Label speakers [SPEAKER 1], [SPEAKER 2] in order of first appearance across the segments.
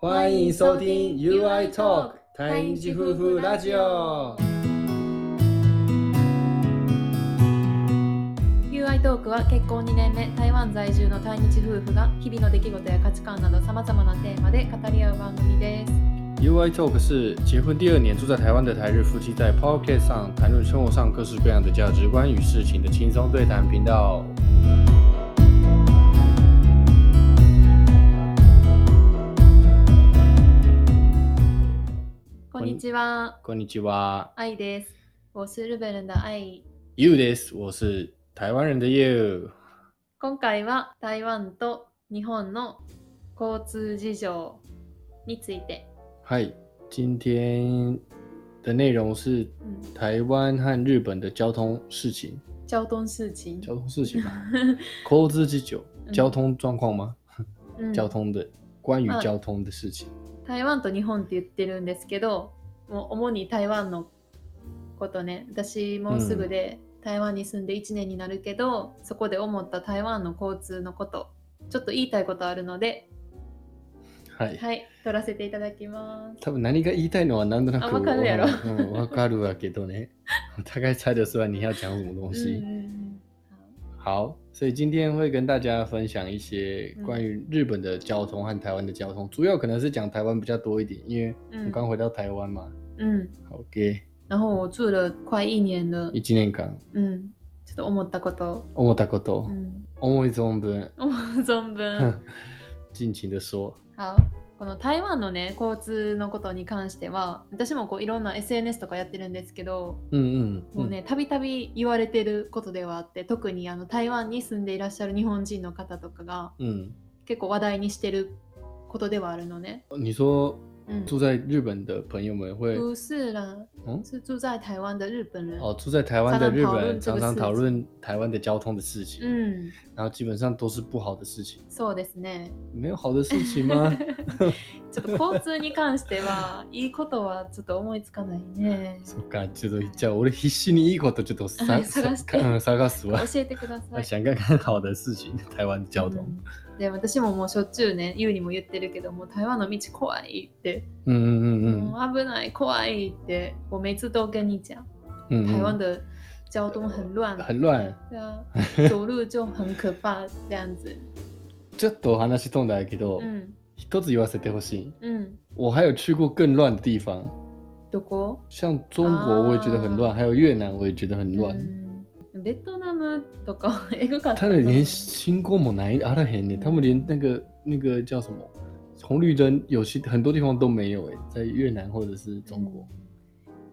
[SPEAKER 1] 欢迎收听 UI Talk 台英吉夫妇ラジオ。
[SPEAKER 2] UI トークは結婚2年目台湾在住の対日夫婦が日々の出来事や価値観などさまざまなテーマで語り合う番組です。
[SPEAKER 1] UI Talk 是结婚第二年住在台湾的台日夫妻在 Pocket 上谈论生活上各式各样的价值观与事情的轻松对谈频道。
[SPEAKER 2] こんにちは、
[SPEAKER 1] こんにちは
[SPEAKER 2] 愛です。我是日本人的愛。
[SPEAKER 1] ，You this，我是台湾人的 You。
[SPEAKER 2] 今回は台湾と日本の交通事情について。
[SPEAKER 1] 嗨，今天的内容是
[SPEAKER 2] 嗯，
[SPEAKER 1] 台湾和日本的交通事情，
[SPEAKER 2] 交通事情。
[SPEAKER 1] 交通事情吧 ，Call 自己酒，交通状况吗？
[SPEAKER 2] うん
[SPEAKER 1] 交通的，关于
[SPEAKER 2] 啊
[SPEAKER 1] 交通的事情。
[SPEAKER 2] 台湾と日本って言ってるんですけどもう主に台湾のことね私もうすぐで台湾に住んで1年になるけど、そこで思った台湾の交通のことちょっと言いたいことあるので
[SPEAKER 1] 嗨。
[SPEAKER 2] はい取らせていただきます
[SPEAKER 1] 多分何が言いたいのは何となく
[SPEAKER 2] あわかるやろ
[SPEAKER 1] うん、わかるわけど ね。大概猜得出来你要讲什么东西。
[SPEAKER 2] うん
[SPEAKER 1] 好，所以今天会跟大家分享一些关于日本的交通和台湾的交通，主要可能是讲台湾比较多一点，因为
[SPEAKER 2] う
[SPEAKER 1] 我
[SPEAKER 2] ん
[SPEAKER 1] 们刚回到台湾嘛。
[SPEAKER 2] うん、
[SPEAKER 1] OK，
[SPEAKER 2] 然后我住了快一年了
[SPEAKER 1] 一年間
[SPEAKER 2] うんちょっと思ったこと、
[SPEAKER 1] 思ったこと
[SPEAKER 2] う、ん、
[SPEAKER 1] 思い存分、
[SPEAKER 2] 思う 存分
[SPEAKER 1] 尽情的说。
[SPEAKER 2] あこの台湾のね交通のことに関しては私もこういろんな SNS とかやってるんですけど
[SPEAKER 1] 嗯
[SPEAKER 2] もう
[SPEAKER 1] 嗯，
[SPEAKER 2] ねたびたび言われてることではあって特にあの台湾に住んでいらっしゃる日本人の方とかが
[SPEAKER 1] 嗯
[SPEAKER 2] 結構話題にしてることではあるのね。
[SPEAKER 1] 嗯，你说
[SPEAKER 2] うん、
[SPEAKER 1] 住在日本的朋友们会，
[SPEAKER 2] 不是啦，
[SPEAKER 1] 嗯，
[SPEAKER 2] 是住在台湾的日本人。
[SPEAKER 1] 哦，住在台湾的日本人
[SPEAKER 2] 常
[SPEAKER 1] 常常
[SPEAKER 2] 常
[SPEAKER 1] 讨
[SPEAKER 2] 讨
[SPEAKER 1] 论
[SPEAKER 2] 论
[SPEAKER 1] 台湾的交通的事情。
[SPEAKER 2] うん、
[SPEAKER 1] 然后基本上都是不好的事情，
[SPEAKER 2] そうですね。
[SPEAKER 1] 没有好的事情 吗？
[SPEAKER 2] ちょっと交通に関してはいいことはちょっと思いつかないね。
[SPEAKER 1] そっか、ちょっとじゃあ俺必死にいいことちょっとさ
[SPEAKER 2] 探して
[SPEAKER 1] うん探すわ。
[SPEAKER 2] 教えてください。
[SPEAKER 1] 想看看好的事情，台湾的交通。
[SPEAKER 2] うんで私ももうしょっちゅうねユウにも言ってるけどもう台湾の道怖いって、
[SPEAKER 1] 嗯嗯
[SPEAKER 2] もう危ない怖いって我每次都跟你讲
[SPEAKER 1] 嗯嗯，
[SPEAKER 2] 台湾的交通很乱
[SPEAKER 1] 很乱。
[SPEAKER 2] 对啊走路就很可怕这样子
[SPEAKER 1] ちょっとお話飛んだけど、
[SPEAKER 2] うん
[SPEAKER 1] 一つ言わせてほしい。
[SPEAKER 2] うん
[SPEAKER 1] 我还有去过更乱的地方，
[SPEAKER 2] どこ
[SPEAKER 1] 像中国我也觉得很乱，还有越南我也觉得很乱。
[SPEAKER 2] うんベトナムとかえぐかった
[SPEAKER 1] 他
[SPEAKER 2] な
[SPEAKER 1] 的连新国母哪一阿拉很呢？他们连那个那个叫什么红绿灯，有些很多地方都没有哎，在越南或者是中国。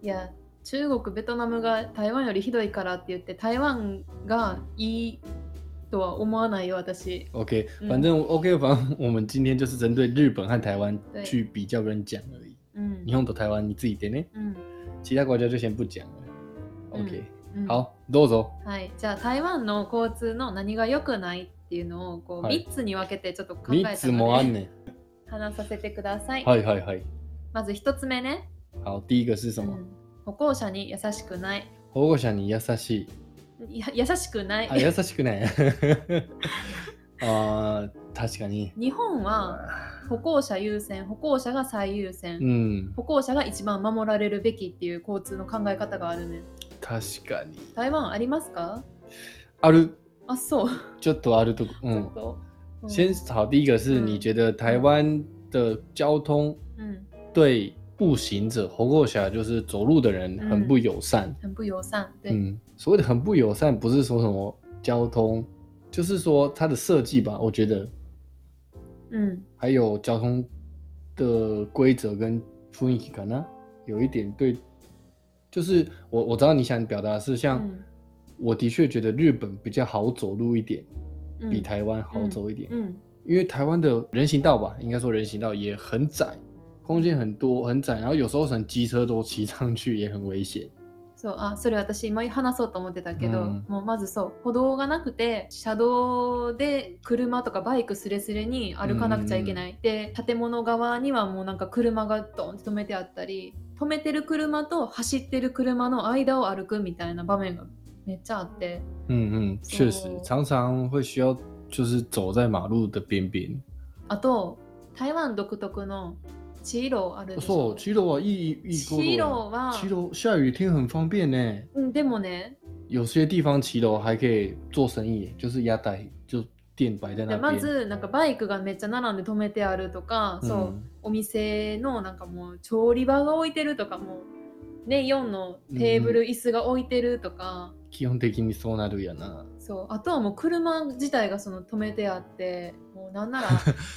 [SPEAKER 2] いや中国ベトナムが台湾よりひどいからって言って台湾がいいとは思わないよ私
[SPEAKER 1] OK，
[SPEAKER 2] 嗯
[SPEAKER 1] 反正 OK，反正我们今天就是针对日本和台湾
[SPEAKER 2] 对
[SPEAKER 1] 去比较跟讲而已。
[SPEAKER 2] うん
[SPEAKER 1] 你用的台湾你自己点呢，
[SPEAKER 2] うん
[SPEAKER 1] 其他国家就先不讲了。OK，、
[SPEAKER 2] うん
[SPEAKER 1] 好，どうぞ。
[SPEAKER 2] はい、じゃあ台湾の交通の何が良くないっていうのをこう
[SPEAKER 1] はい
[SPEAKER 2] 3つに分けてちょっと考
[SPEAKER 1] 三
[SPEAKER 2] えた
[SPEAKER 1] つもあ
[SPEAKER 2] の
[SPEAKER 1] ん
[SPEAKER 2] で
[SPEAKER 1] ね。
[SPEAKER 2] 話させてください。
[SPEAKER 1] はいはいはい。
[SPEAKER 2] まず1つ目ね、
[SPEAKER 1] 好，第一个是什
[SPEAKER 2] う
[SPEAKER 1] 么？
[SPEAKER 2] ん歩行者に優しくない。
[SPEAKER 1] 保護者に優しい。
[SPEAKER 2] いや優しくな
[SPEAKER 1] あ、
[SPEAKER 2] い。
[SPEAKER 1] 優しくない。 あー、確かに。
[SPEAKER 2] 日本は歩行者優先、歩行者が最優先、
[SPEAKER 1] うん、
[SPEAKER 2] 歩行者が一番守られるべきっていう交通の考え方があるね。
[SPEAKER 1] 確かに。
[SPEAKER 2] 台湾ありますか
[SPEAKER 1] ある
[SPEAKER 2] あ、そう。
[SPEAKER 1] ちょっとあるとこ。う
[SPEAKER 2] ちょ
[SPEAKER 1] ん
[SPEAKER 2] っ。と。うん
[SPEAKER 1] 先好，第一个是
[SPEAKER 2] 嗯
[SPEAKER 1] 你觉得台湾的交通
[SPEAKER 2] うん。
[SPEAKER 1] 对步行者、活过小就是走路的人
[SPEAKER 2] 嗯
[SPEAKER 1] 很不友善。
[SPEAKER 2] 很不友善。对。
[SPEAKER 1] 嗯，所谓的很不友善，不是说什么交通，就是说它的设计吧。我觉得
[SPEAKER 2] うん。
[SPEAKER 1] 还有交通的规则跟雰囲気可能有一点对，就是我我知道你想表达的是像，
[SPEAKER 2] 嗯
[SPEAKER 1] 我的确觉得日本比较好走路一点，
[SPEAKER 2] うん
[SPEAKER 1] 比台湾好走一点。
[SPEAKER 2] うん。
[SPEAKER 1] 因为台湾的人行道吧，应该说人行道也很窄，空间很多很窄，然后有时候可能机车都骑上去也很危险。
[SPEAKER 2] そうあそれ私今話そうと思ってたけど、
[SPEAKER 1] うん
[SPEAKER 2] もうまずそう歩道がなくて車道で車とかバイクすれすれに歩かなくちゃいけない、で建物側にはもうなんか車がドンって止めてあったり止めてる車と走ってる車の間を歩くみたいな場面がめっちゃあって
[SPEAKER 1] 嗯嗯，确实
[SPEAKER 2] 哦，
[SPEAKER 1] 常常会需要就是走在马路的边边。
[SPEAKER 2] あと台湾独特の地色あるでし
[SPEAKER 1] そう、
[SPEAKER 2] ょ
[SPEAKER 1] チロはいいいい
[SPEAKER 2] 地色は
[SPEAKER 1] チロ下雨天很方便呢。
[SPEAKER 2] うんでもね
[SPEAKER 1] 有些地方骑楼还可以做生意，就是压台，就店摆在那边。
[SPEAKER 2] でまずなんかバイクがめっちゃ並んで止めてあるとか、
[SPEAKER 1] 嗯
[SPEAKER 2] そうお店のなんかもう調理場が置いてるとかもうね4のテーブル、椅子が置いてるとか
[SPEAKER 1] 基本的にそうなるや な。
[SPEAKER 2] そうあとはもう車自体がその止めてあってもうなん なら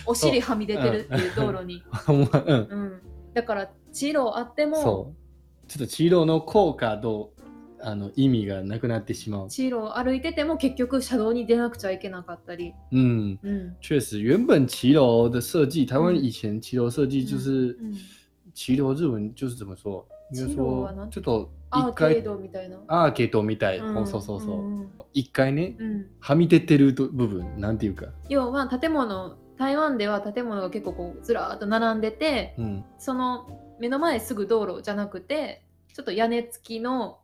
[SPEAKER 2] お尻はみ出てるっていう道路に、
[SPEAKER 1] うん
[SPEAKER 2] うん、だから地路あっても
[SPEAKER 1] そう。ちょっとチロの効果とあの意味がなくなってしまう。
[SPEAKER 2] 地路を歩いてても結局車道に出なくちゃいけなかったり、
[SPEAKER 1] 嗯，
[SPEAKER 2] うん
[SPEAKER 1] 确实，原本骑楼的设计，台湾以前骑楼设计就是
[SPEAKER 2] 嗯嗯
[SPEAKER 1] 骑楼日文就是怎么说？应该
[SPEAKER 2] 骑楼は
[SPEAKER 1] 说
[SPEAKER 2] なん
[SPEAKER 1] ちょっと
[SPEAKER 2] ア
[SPEAKER 1] 一
[SPEAKER 2] ーケ
[SPEAKER 1] 回
[SPEAKER 2] ードみたいな。
[SPEAKER 1] アーケードみたい。
[SPEAKER 2] ん
[SPEAKER 1] そうそうそう。
[SPEAKER 2] ん
[SPEAKER 1] 一回ね
[SPEAKER 2] うんうん
[SPEAKER 1] はみ出てると部分なんていうか。
[SPEAKER 2] 要は建物台湾では建物が結構こうずらーっと並んでて
[SPEAKER 1] うん。
[SPEAKER 2] その目の前すぐ道路じゃなくてちょっと屋根付きの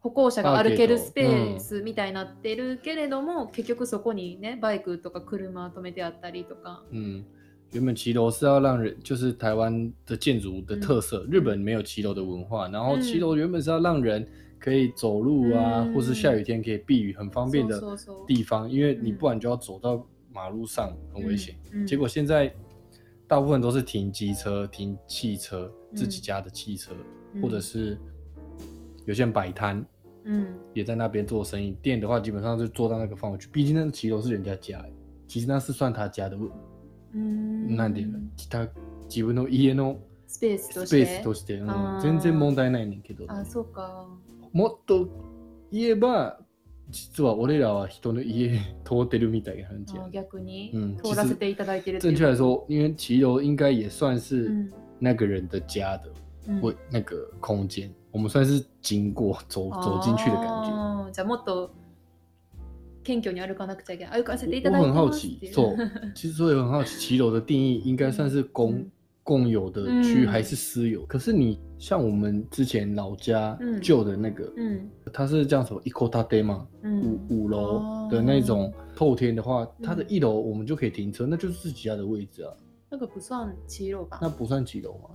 [SPEAKER 2] 歩行者が歩ける
[SPEAKER 1] アーケード
[SPEAKER 2] スペースみたいになってるけれども、結局そこにねバイクとか車止めてあったりとか、
[SPEAKER 1] 嗯，原本骑楼是要让人，就是台湾的建筑的特色，
[SPEAKER 2] 嗯
[SPEAKER 1] 日本没有骑楼的文化，然后骑楼原本是要让人可以走路啊，
[SPEAKER 2] 嗯
[SPEAKER 1] 或是下雨天可以避雨，很方便的
[SPEAKER 2] そうそうそう
[SPEAKER 1] 地方，因为你
[SPEAKER 2] 嗯
[SPEAKER 1] 不然就要走到马路上，很危险。、
[SPEAKER 2] うんうん
[SPEAKER 1] 结果现在大部分都是停机车、停汽车，自己
[SPEAKER 2] 嗯
[SPEAKER 1] 家的汽车，
[SPEAKER 2] うん
[SPEAKER 1] 或者是有些人摆摊。
[SPEAKER 2] うん
[SPEAKER 1] 也在那边做生意，店的话基本上就做到那个范围去，毕竟那个骑楼是人家家，其实那是算他家的问
[SPEAKER 2] うーん
[SPEAKER 1] なんていうの北自分の家の
[SPEAKER 2] スペース
[SPEAKER 1] ス
[SPEAKER 2] とし
[SPEAKER 1] ペ
[SPEAKER 2] て
[SPEAKER 1] ースとして、うん
[SPEAKER 2] あー
[SPEAKER 1] 全然問題ないねんけどね、
[SPEAKER 2] あそうか
[SPEAKER 1] もっと言えば実は俺らは人の家通ってるみたいな感じや
[SPEAKER 2] あ逆に、
[SPEAKER 1] うん
[SPEAKER 2] 通らせていただいてるって
[SPEAKER 1] 正
[SPEAKER 2] いう
[SPEAKER 1] 确来说，因为骑楼应该也算是
[SPEAKER 2] 嗯
[SPEAKER 1] 那个人的家的
[SPEAKER 2] うん
[SPEAKER 1] 或那个空间，我们算是经过走走进去的感觉。
[SPEAKER 2] あーじゃあもっと謙虚に歩かなくちゃいけない。歩かせてい
[SPEAKER 1] 我
[SPEAKER 2] ただいて
[SPEAKER 1] 很好
[SPEAKER 2] ますっ
[SPEAKER 1] 奇
[SPEAKER 2] てい，う。
[SPEAKER 1] 走，其实我也很好奇，骑楼的定义应该算是公、
[SPEAKER 2] 嗯
[SPEAKER 1] 共有的区
[SPEAKER 2] 嗯
[SPEAKER 1] 还是私有？可是你像我们之前老家
[SPEAKER 2] 嗯
[SPEAKER 1] 旧的那个，
[SPEAKER 2] うん。
[SPEAKER 1] 它是叫什么 eco t a d a y 嘛，
[SPEAKER 2] うん。
[SPEAKER 1] 五五楼的
[SPEAKER 2] 哦
[SPEAKER 1] 那种透天的话，它
[SPEAKER 2] 嗯
[SPEAKER 1] 的一楼我们就可以停车，那就是自己家的位置啊，
[SPEAKER 2] なんか不算地路か
[SPEAKER 1] 那。不算几楼嘛？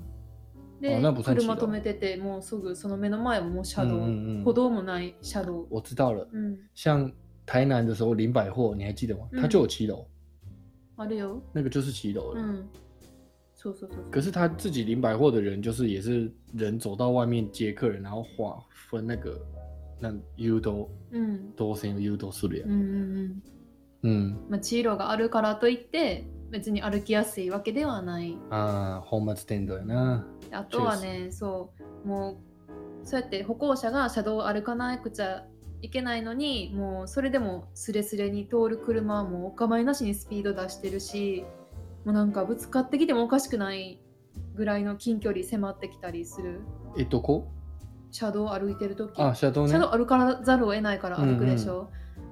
[SPEAKER 2] で、
[SPEAKER 1] なんか不算
[SPEAKER 2] 車
[SPEAKER 1] 地路
[SPEAKER 2] 止めてて、もうすぐその目の前ももう車道、
[SPEAKER 1] 嗯嗯嗯，
[SPEAKER 2] 歩道もない車道。
[SPEAKER 1] 我知道了。
[SPEAKER 2] うん。
[SPEAKER 1] 像台南的时候林百货，你还记得吗？
[SPEAKER 2] 嗯
[SPEAKER 1] 它就有七楼，
[SPEAKER 2] あるよ。
[SPEAKER 1] 那个就是七楼
[SPEAKER 2] う
[SPEAKER 1] 了。
[SPEAKER 2] ん。そうそうそうそう。
[SPEAKER 1] 可是他自己林百货的人，就是也是人走到外面接客人，然后划分那个那 U 都
[SPEAKER 2] うん。
[SPEAKER 1] 都先 U 都是的呀
[SPEAKER 2] うん。うんうん。
[SPEAKER 1] 嗯
[SPEAKER 2] まあ、地路があるからといって、別に歩きやすいわけではない。
[SPEAKER 1] 啊，ホームステンドやな。
[SPEAKER 2] あとはね、そう、もう、そうやって歩行者が車道を歩かなくちゃいけないのに、もうそれでもスレスレに通る車はもうお構いなしにスピード出してるし、もうなんかぶつかってきてもおかしくないぐらいの近距離迫ってきたりする。
[SPEAKER 1] えどこ？
[SPEAKER 2] 車道を歩いてるとき、
[SPEAKER 1] あ、シャドウね。
[SPEAKER 2] 車道歩かざるを得ないから歩くでしょ。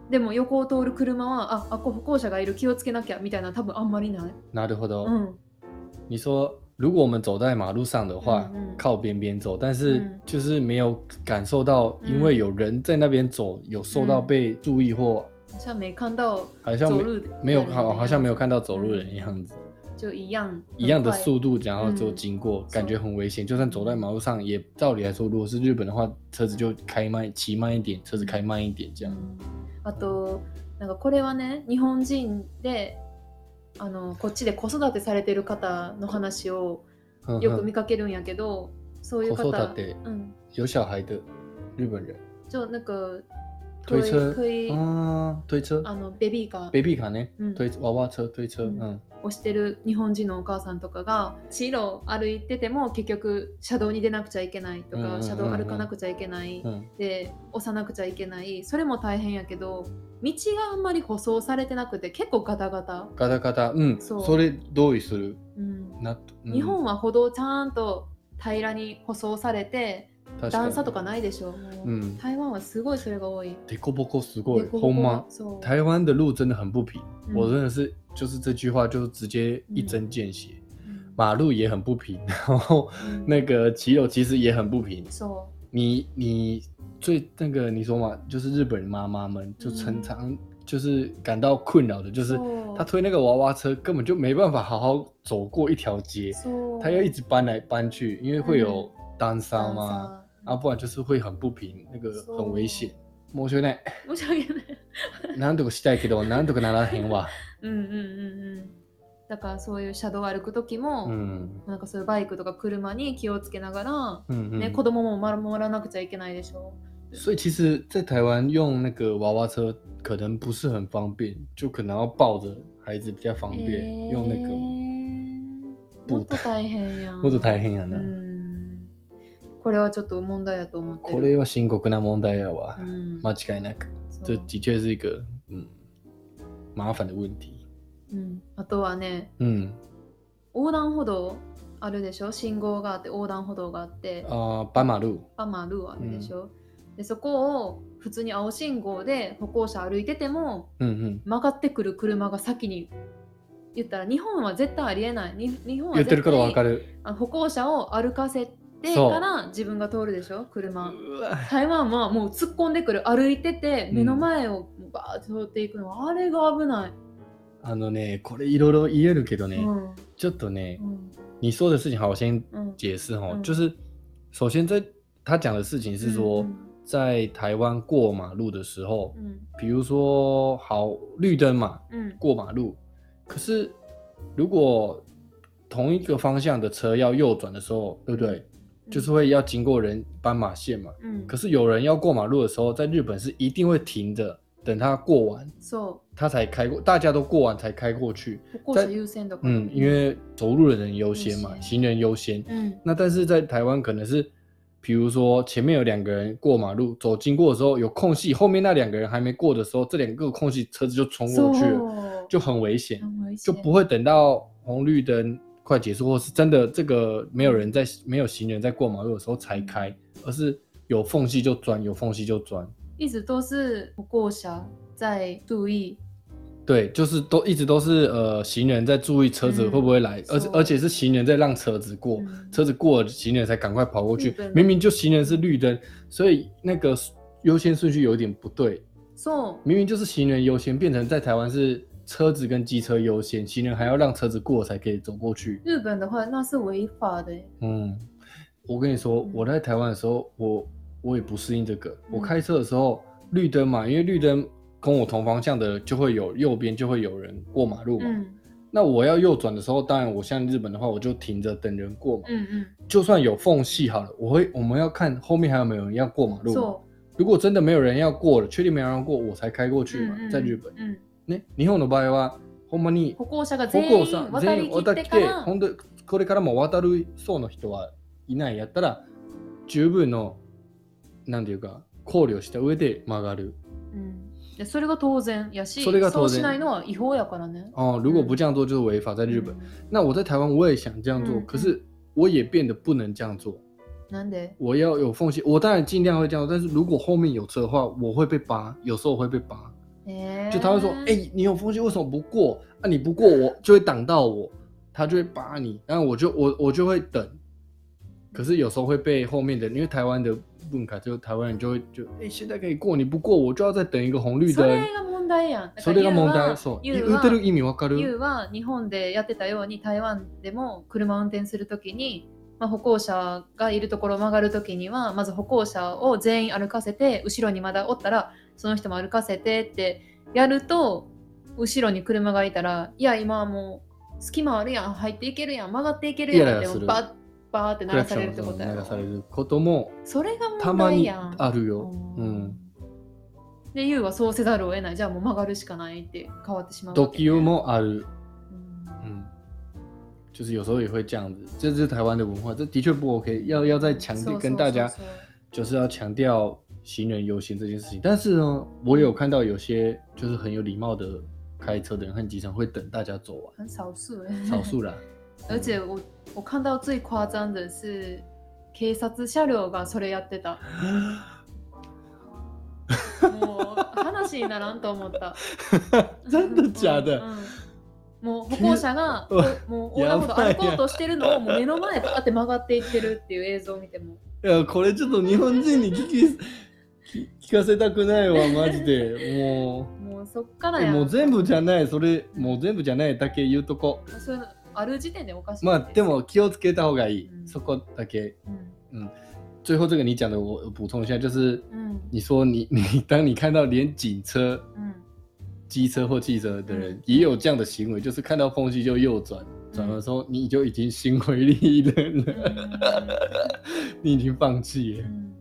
[SPEAKER 2] でも横を通る車は、あ、あ、こう歩行者がいる気をつけなきゃみたいな多分あんまりない。
[SPEAKER 1] なるほど。
[SPEAKER 2] うん。
[SPEAKER 1] 你说，如果我们走在马路上的话，
[SPEAKER 2] 嗯嗯
[SPEAKER 1] 靠边边走，但是
[SPEAKER 2] 嗯
[SPEAKER 1] 就是没有感受到，因为有人在那边走，有受到
[SPEAKER 2] 嗯
[SPEAKER 1] 被注意或
[SPEAKER 2] じゃあ、没看到
[SPEAKER 1] 好像
[SPEAKER 2] 走
[SPEAKER 1] 没
[SPEAKER 2] 路
[SPEAKER 1] 没有好好像没有看到走路人的
[SPEAKER 2] 嗯
[SPEAKER 1] 样子，
[SPEAKER 2] 就一样
[SPEAKER 1] 一样的
[SPEAKER 2] 很快
[SPEAKER 1] 速度，然后就
[SPEAKER 2] 嗯
[SPEAKER 1] 经过，感
[SPEAKER 2] 走
[SPEAKER 1] 觉很危险。就算走在马路上，也照理来说，如果是日本的话，车子就开慢，骑慢一点，车子开慢一点这样。
[SPEAKER 2] あとなんかこれはね日本人であのこっちで子育てされてる方の話を
[SPEAKER 1] 呵
[SPEAKER 2] よく
[SPEAKER 1] 呵
[SPEAKER 2] 見かけるんやけど、そういう方
[SPEAKER 1] 子育て
[SPEAKER 2] うん、
[SPEAKER 1] 有小孩的日本人
[SPEAKER 2] ちょなんか
[SPEAKER 1] 推车
[SPEAKER 2] 推
[SPEAKER 1] 啊，推车
[SPEAKER 2] あのベビーカー
[SPEAKER 1] ，baby 卡呢，
[SPEAKER 2] うん
[SPEAKER 1] 推娃娃车，推车，
[SPEAKER 2] 哦嗯
[SPEAKER 1] 嗯，
[SPEAKER 2] をしてる日本人のお母さんとかが地路を歩いてても結局車道に出なくちゃいけないと
[SPEAKER 1] うんうんうんう
[SPEAKER 2] か
[SPEAKER 1] ん
[SPEAKER 2] 車道歩かなくちゃいけない
[SPEAKER 1] 嗯
[SPEAKER 2] で押さなくちゃいけないそれも大変やけど道があんまり舗装されてなくて結構ガタガタ、
[SPEAKER 1] ガタガタ、うん、
[SPEAKER 2] そう
[SPEAKER 1] 嗯それ同意する。
[SPEAKER 2] うん、
[SPEAKER 1] なうん
[SPEAKER 2] 日本は歩道ちゃんと平らに舗装されて
[SPEAKER 1] 確かに
[SPEAKER 2] 段差とかないでしょもう
[SPEAKER 1] うん
[SPEAKER 2] 台湾はすごいそれが多い
[SPEAKER 1] デコボコすごい、
[SPEAKER 2] 凸凹
[SPEAKER 1] ほんま。
[SPEAKER 2] そう
[SPEAKER 1] 台湾的路真的很不平，
[SPEAKER 2] うん
[SPEAKER 1] 我真的是就是这句话就是直接一针见血。
[SPEAKER 2] うん
[SPEAKER 1] 马路也很不平，然后
[SPEAKER 2] うん
[SPEAKER 1] 那个骑楼其实也很不平。
[SPEAKER 2] そ
[SPEAKER 1] 你你最那个你说嘛，就是日本妈妈们就
[SPEAKER 2] 嗯
[SPEAKER 1] 常常就是感到困扰的，就是
[SPEAKER 2] そう
[SPEAKER 1] 他推那个娃娃车根本就没办法好好走过一条街，
[SPEAKER 2] そう
[SPEAKER 1] 他要一直搬来搬去，因为会有嗯单
[SPEAKER 2] ダ
[SPEAKER 1] 杀哦
[SPEAKER 2] ン
[SPEAKER 1] 嘛，
[SPEAKER 2] サー
[SPEAKER 1] 啊，不然就是会很不平，那个
[SPEAKER 2] そう
[SPEAKER 1] 很危险。申し訳 ない。
[SPEAKER 2] 申し訳ない。
[SPEAKER 1] なんとかしたいけど、なんとかならへんわ。
[SPEAKER 2] うんうんうんうん。だからそういう車道を歩く時
[SPEAKER 1] う
[SPEAKER 2] も、
[SPEAKER 1] ん。
[SPEAKER 2] なんかそういうバイクとか車に気をつけながら、
[SPEAKER 1] 嗯
[SPEAKER 2] ね、
[SPEAKER 1] 嗯
[SPEAKER 2] 子。供も守らなくちゃいけないでしょ。
[SPEAKER 1] 所以其实，在台湾用那个娃娃车可能不是很方便，就可能要抱着孩子比较方便，用那个。
[SPEAKER 2] えーもっと大変やん。
[SPEAKER 1] もっと大変や
[SPEAKER 2] う
[SPEAKER 1] な。
[SPEAKER 2] ん。これはちょっと問題やと思ってる。
[SPEAKER 1] これは深刻な問題やわ
[SPEAKER 2] う。ん、
[SPEAKER 1] 間違いなく。
[SPEAKER 2] そう
[SPEAKER 1] 这的确是一个嗯麻烦的问题。
[SPEAKER 2] うん、あとはね、
[SPEAKER 1] 嗯
[SPEAKER 2] 横断歩道あるでしょ信号があって横断歩道があって
[SPEAKER 1] 啊、呃斑马路，
[SPEAKER 2] パマルーあるでしょ、でそこを普通に青信号で歩行者歩いてても
[SPEAKER 1] 嗯
[SPEAKER 2] 曲がってくる車が先に言ったら日本は絶対ありえないに日本
[SPEAKER 1] 嗯，
[SPEAKER 2] は
[SPEAKER 1] 言ってる
[SPEAKER 2] 絶
[SPEAKER 1] ことわか
[SPEAKER 2] 対
[SPEAKER 1] る。
[SPEAKER 2] あの歩行者を歩かせて
[SPEAKER 1] そう
[SPEAKER 2] から自分が通るでしょ車
[SPEAKER 1] うわ
[SPEAKER 2] 台湾はもう突っ込んでくる歩いてて
[SPEAKER 1] うん
[SPEAKER 2] 目の前をバーッと通っていくの、あれが危ない、
[SPEAKER 1] あのね、これいろいろ言えるけどね、
[SPEAKER 2] うん
[SPEAKER 1] ちょっとね
[SPEAKER 2] う、ん
[SPEAKER 1] 你说的事情好，我先
[SPEAKER 2] うん
[SPEAKER 1] 解释哈，
[SPEAKER 2] 嗯
[SPEAKER 1] 就是首先在他讲的事情是说，在台湾过马路的时候
[SPEAKER 2] う，ん
[SPEAKER 1] 比如说好绿灯嘛，
[SPEAKER 2] うん
[SPEAKER 1] 过马路，可是如果同一个方向的车要右转的时候，对不对？
[SPEAKER 2] うん
[SPEAKER 1] 就是会要经过人斑马线嘛。
[SPEAKER 2] うん
[SPEAKER 1] 可是有人要过马路的时候，在日本是一定会停着，等他过完，
[SPEAKER 2] そ
[SPEAKER 1] 他才开过，大家都过完才开过去。
[SPEAKER 2] う歩行者優先だから
[SPEAKER 1] 嗯，因为走路的人优先
[SPEAKER 2] 优
[SPEAKER 1] 嘛，
[SPEAKER 2] 先
[SPEAKER 1] 行人优先。
[SPEAKER 2] うん
[SPEAKER 1] 那但是在台湾可能是，比如说前面有两个人过马路，走经过的时候有空隙，后面那两个人还没过的时候，这两个空隙车子就冲
[SPEAKER 2] そ
[SPEAKER 1] 过
[SPEAKER 2] う
[SPEAKER 1] 去了，就很危险，就不
[SPEAKER 2] 会
[SPEAKER 1] 会等到红绿灯快结束，或是真的这个没有人在没有行人在过马路的时候才开，而是有缝隙就钻，有缝隙就钻。
[SPEAKER 2] 一直都是歩行者在注意
[SPEAKER 1] 对，就是都一直都是呃，行人在注意车子
[SPEAKER 2] 嗯
[SPEAKER 1] 会不会来，而且
[SPEAKER 2] 错
[SPEAKER 1] 而且是行人在让车子过，
[SPEAKER 2] 嗯
[SPEAKER 1] 车子过了，行人才赶快跑过
[SPEAKER 2] 日
[SPEAKER 1] 去
[SPEAKER 2] 本。
[SPEAKER 1] 明明就行人是绿灯，所以那个优先顺序有点不对。
[SPEAKER 2] そう
[SPEAKER 1] 明明就是行人优先，变成在台湾是车子跟机车优先，行人还要让车子过才可以走过去。
[SPEAKER 2] 日本的话那是违法的
[SPEAKER 1] 嗯，我跟你说
[SPEAKER 2] 嗯，
[SPEAKER 1] 我在台湾的时候，我我也不适应这个。我
[SPEAKER 2] 嗯
[SPEAKER 1] 开车的时候，绿灯嘛，因为绿灯跟我同方向的就会有右边就会有人过马路嘛。
[SPEAKER 2] うん
[SPEAKER 1] 那我要右转的时候，当然我像日本的话，我就停着等人过嘛。
[SPEAKER 2] うん
[SPEAKER 1] 就算有缝隙好了，我会我们要看后面还有没有人要过马
[SPEAKER 2] うん
[SPEAKER 1] 路嘛。
[SPEAKER 2] そ
[SPEAKER 1] 如果真的没有人要过了，确定没有人要过，我才开过
[SPEAKER 2] う
[SPEAKER 1] 去嘛。
[SPEAKER 2] うん
[SPEAKER 1] 在日本，
[SPEAKER 2] うん
[SPEAKER 1] ね、日本の場合はほんまに
[SPEAKER 2] 歩行者が
[SPEAKER 1] 歩
[SPEAKER 2] 全
[SPEAKER 1] 行
[SPEAKER 2] 員
[SPEAKER 1] 者
[SPEAKER 2] 渡
[SPEAKER 1] 全
[SPEAKER 2] り
[SPEAKER 1] 員
[SPEAKER 2] きっ
[SPEAKER 1] 渡っててき
[SPEAKER 2] か
[SPEAKER 1] て、
[SPEAKER 2] ら
[SPEAKER 1] ほんでこれからも渡る層の人はいないやったら十分のなんていうか考慮した上で曲がる。
[SPEAKER 2] うんでそれが当然やし
[SPEAKER 1] それが当然
[SPEAKER 2] うしないのは違法やからね
[SPEAKER 1] 哦，如果不这样做就是违法，在日本。那我在台湾我也想这样做，
[SPEAKER 2] 嗯
[SPEAKER 1] 可是我也变得不能这样做。
[SPEAKER 2] なんで
[SPEAKER 1] 我要有缝隙，我当然尽量会这样做，但是如果后面有车的话，我会被扒，有时候我会被扒。
[SPEAKER 2] えー
[SPEAKER 1] 就他会说：“哎、你有缝隙为什么不过？啊，你不过我就会挡到我，他就会扒你。然后我就我我就会等，可是有时候会被后面的，因为台湾的问卡就台湾人就会就哎、现在可以过，你不过我就要再等一个红绿
[SPEAKER 2] そ
[SPEAKER 1] 灯
[SPEAKER 2] れ。が問題やんだ
[SPEAKER 1] そ
[SPEAKER 2] か
[SPEAKER 1] れ
[SPEAKER 2] ら
[SPEAKER 1] が問題。
[SPEAKER 2] ユ
[SPEAKER 1] そう。
[SPEAKER 2] ウはユウ
[SPEAKER 1] 言
[SPEAKER 2] は
[SPEAKER 1] ってる意味わか
[SPEAKER 2] U
[SPEAKER 1] る？
[SPEAKER 2] は日本でやってたように台湾でも車運転するときに、まあ、歩行者がいるところを曲がるときにはまず歩行者を全員歩かせて後ろにまだおったらその人も歩かせてってやると後ろに車がいたらいや今はもう隙間あるやん入っていけるやん曲がっていける
[SPEAKER 1] イラ
[SPEAKER 2] やん
[SPEAKER 1] イラ
[SPEAKER 2] って
[SPEAKER 1] す
[SPEAKER 2] も
[SPEAKER 1] る
[SPEAKER 2] うバッバーって
[SPEAKER 1] ク
[SPEAKER 2] 鳴
[SPEAKER 1] ラ
[SPEAKER 2] ら
[SPEAKER 1] クシ
[SPEAKER 2] さ
[SPEAKER 1] ョ
[SPEAKER 2] れ
[SPEAKER 1] ン
[SPEAKER 2] るってことや
[SPEAKER 1] 流され
[SPEAKER 2] ろ
[SPEAKER 1] ることも
[SPEAKER 2] それが
[SPEAKER 1] た
[SPEAKER 2] 問
[SPEAKER 1] ま
[SPEAKER 2] 題
[SPEAKER 1] に
[SPEAKER 2] やん
[SPEAKER 1] あるよ。
[SPEAKER 2] う
[SPEAKER 1] うん。
[SPEAKER 2] で U はそうせざるを得ないじゃあもう曲がるしかないって変わってしまうわけ
[SPEAKER 1] 時をもある。
[SPEAKER 2] うん
[SPEAKER 1] 嗯，就是有时候也会这样子，这是台湾的文化，这的确不 OK，要要再强
[SPEAKER 2] 是
[SPEAKER 1] 调
[SPEAKER 2] 是
[SPEAKER 1] 跟大家
[SPEAKER 2] 是是，
[SPEAKER 1] 就是要强调行人优先这件事情。但是呢，我有看到有些就是很有礼貌的开车的人和机车会等大家走 完，
[SPEAKER 2] 很少数哎，
[SPEAKER 1] 少数 啦。
[SPEAKER 2] 而且我我看到最夸张的是，警察車両がそれやってた。もう話にならんと思った。
[SPEAKER 1] 真的假的
[SPEAKER 2] うんうんもう歩行者が
[SPEAKER 1] うわ
[SPEAKER 2] もう横断歩道
[SPEAKER 1] やばい
[SPEAKER 2] 歩
[SPEAKER 1] や
[SPEAKER 2] こうとしてるのをもう目の前バーって曲がっていってるっていう映像を見ても
[SPEAKER 1] いやこれちょっと日本人に聞き聞聞かせたくないわマジでも
[SPEAKER 2] もううそっから
[SPEAKER 1] え
[SPEAKER 2] やん
[SPEAKER 1] もう全部じゃないそれもう全部じゃないだけ言うとこ
[SPEAKER 2] そういうのある時点でおかしい
[SPEAKER 1] まあ
[SPEAKER 2] す
[SPEAKER 1] で、も気をつけた方がいい、
[SPEAKER 2] 嗯
[SPEAKER 1] そこだけ
[SPEAKER 2] うん
[SPEAKER 1] 最后这个你讲的我我补充一下就是
[SPEAKER 2] うん
[SPEAKER 1] 你说你 你当你看到连警车
[SPEAKER 2] うん
[SPEAKER 1] 机车或汽车的人
[SPEAKER 2] 嗯
[SPEAKER 1] 也有这样的行为，就是看到缝隙就右转，转的时候你就已经心灰意冷
[SPEAKER 2] う
[SPEAKER 1] 了，
[SPEAKER 2] ん
[SPEAKER 1] 你已经放弃
[SPEAKER 2] う
[SPEAKER 1] 了。
[SPEAKER 2] ん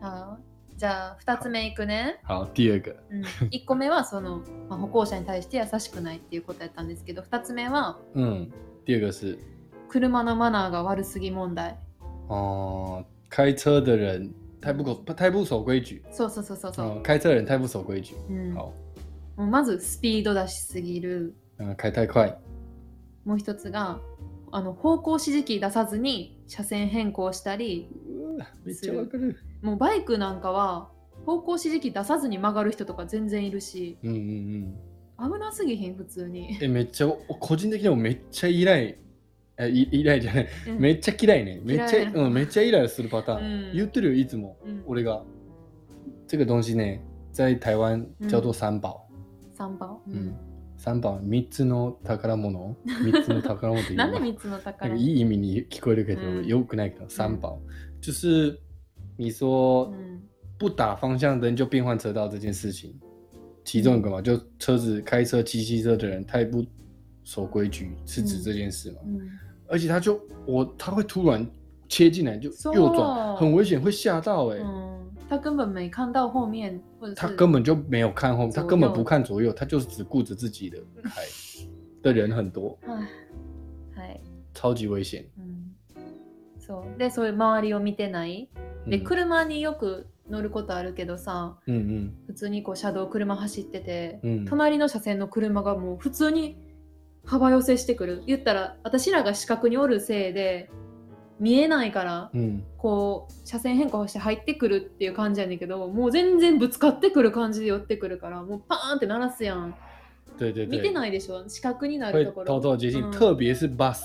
[SPEAKER 2] あーじゃあ2つ目いくね、
[SPEAKER 1] 好，第二个，
[SPEAKER 2] うん、1個目はその、まあ、歩行者に対して優しくないっていうことやったんですけど2つ目は
[SPEAKER 1] 嗯，第二个是
[SPEAKER 2] 車のマナーが悪すぎ問題
[SPEAKER 1] 哦、开车的人太不守太不守规矩，
[SPEAKER 2] そうそうそうそうそう、
[SPEAKER 1] 嗯，开车的人太不守规矩，
[SPEAKER 2] うん、も
[SPEAKER 1] 好，
[SPEAKER 2] うまずスピード出しすぎる
[SPEAKER 1] 嗯，开太快，
[SPEAKER 2] もう一つがあの方向指示器出さずに車線変更したり
[SPEAKER 1] めっちゃわかる。
[SPEAKER 2] もうバイクなんかは方向指示器出さずに曲がる人とか全然いるし
[SPEAKER 1] うんうんうん。
[SPEAKER 2] 危なすぎへん普 通に
[SPEAKER 1] えめっちゃ個人的にもめっちゃイライ、えいイライじゃない、
[SPEAKER 2] うん
[SPEAKER 1] めっちゃ嫌いね。めっち
[SPEAKER 2] 嫌
[SPEAKER 1] ゃ
[SPEAKER 2] い
[SPEAKER 1] うんめっちゃイライするパターン。
[SPEAKER 2] うん
[SPEAKER 1] 言ってるよいつも。
[SPEAKER 2] うん
[SPEAKER 1] 俺が这个东西ね、在台湾叫做三宝。
[SPEAKER 2] 3番、う
[SPEAKER 1] うんん。三宝三つの宝 物。三つの宝物って言
[SPEAKER 2] なん
[SPEAKER 1] う
[SPEAKER 2] で
[SPEAKER 1] の。
[SPEAKER 2] 3つの
[SPEAKER 1] なん
[SPEAKER 2] 宝
[SPEAKER 1] かいい意味に聞こえるけど、
[SPEAKER 2] うん
[SPEAKER 1] よくないけど三宝、就是你说
[SPEAKER 2] うん
[SPEAKER 1] 不打方向灯就变换车道这件事情，其中一个嘛，就车子开车骑机车的人太不守规矩，是指这件事嘛？
[SPEAKER 2] うん
[SPEAKER 1] 而且他就我他会突然切进来就右转，
[SPEAKER 2] そう
[SPEAKER 1] 很危险，会吓到哎、
[SPEAKER 2] 嗯，他根本没看到后面，或者
[SPEAKER 1] 他
[SPEAKER 2] 是
[SPEAKER 1] 根本就没有看后面，他
[SPEAKER 2] 左右
[SPEAKER 1] 根本不看左右，他就是只顾着自己的开的人很多，
[SPEAKER 2] 唉はい、
[SPEAKER 1] 超级危险。
[SPEAKER 2] うん、そうでそういう周りを見てないで
[SPEAKER 1] 嗯
[SPEAKER 2] 車によく乗ることあるけどさ
[SPEAKER 1] 嗯
[SPEAKER 2] 普通にこう車道車走ってて、
[SPEAKER 1] 嗯嗯，
[SPEAKER 2] 隣の車線の車がもう普通に幅寄せしてくる言ったら私らが視覚におるせいで見えないから
[SPEAKER 1] 嗯
[SPEAKER 2] こう車線変更して入ってくるっていう感じやねんけどもう全然ぶつかってくる感じで寄ってくるからもうパーンって鳴らすやん
[SPEAKER 1] 对对
[SPEAKER 2] 見て
[SPEAKER 1] 对，
[SPEAKER 2] ないでしょ視覚にな
[SPEAKER 1] 会
[SPEAKER 2] るとこ
[SPEAKER 1] 偷
[SPEAKER 2] ろ
[SPEAKER 1] 偷地接近，
[SPEAKER 2] 嗯
[SPEAKER 1] 特别是 bus，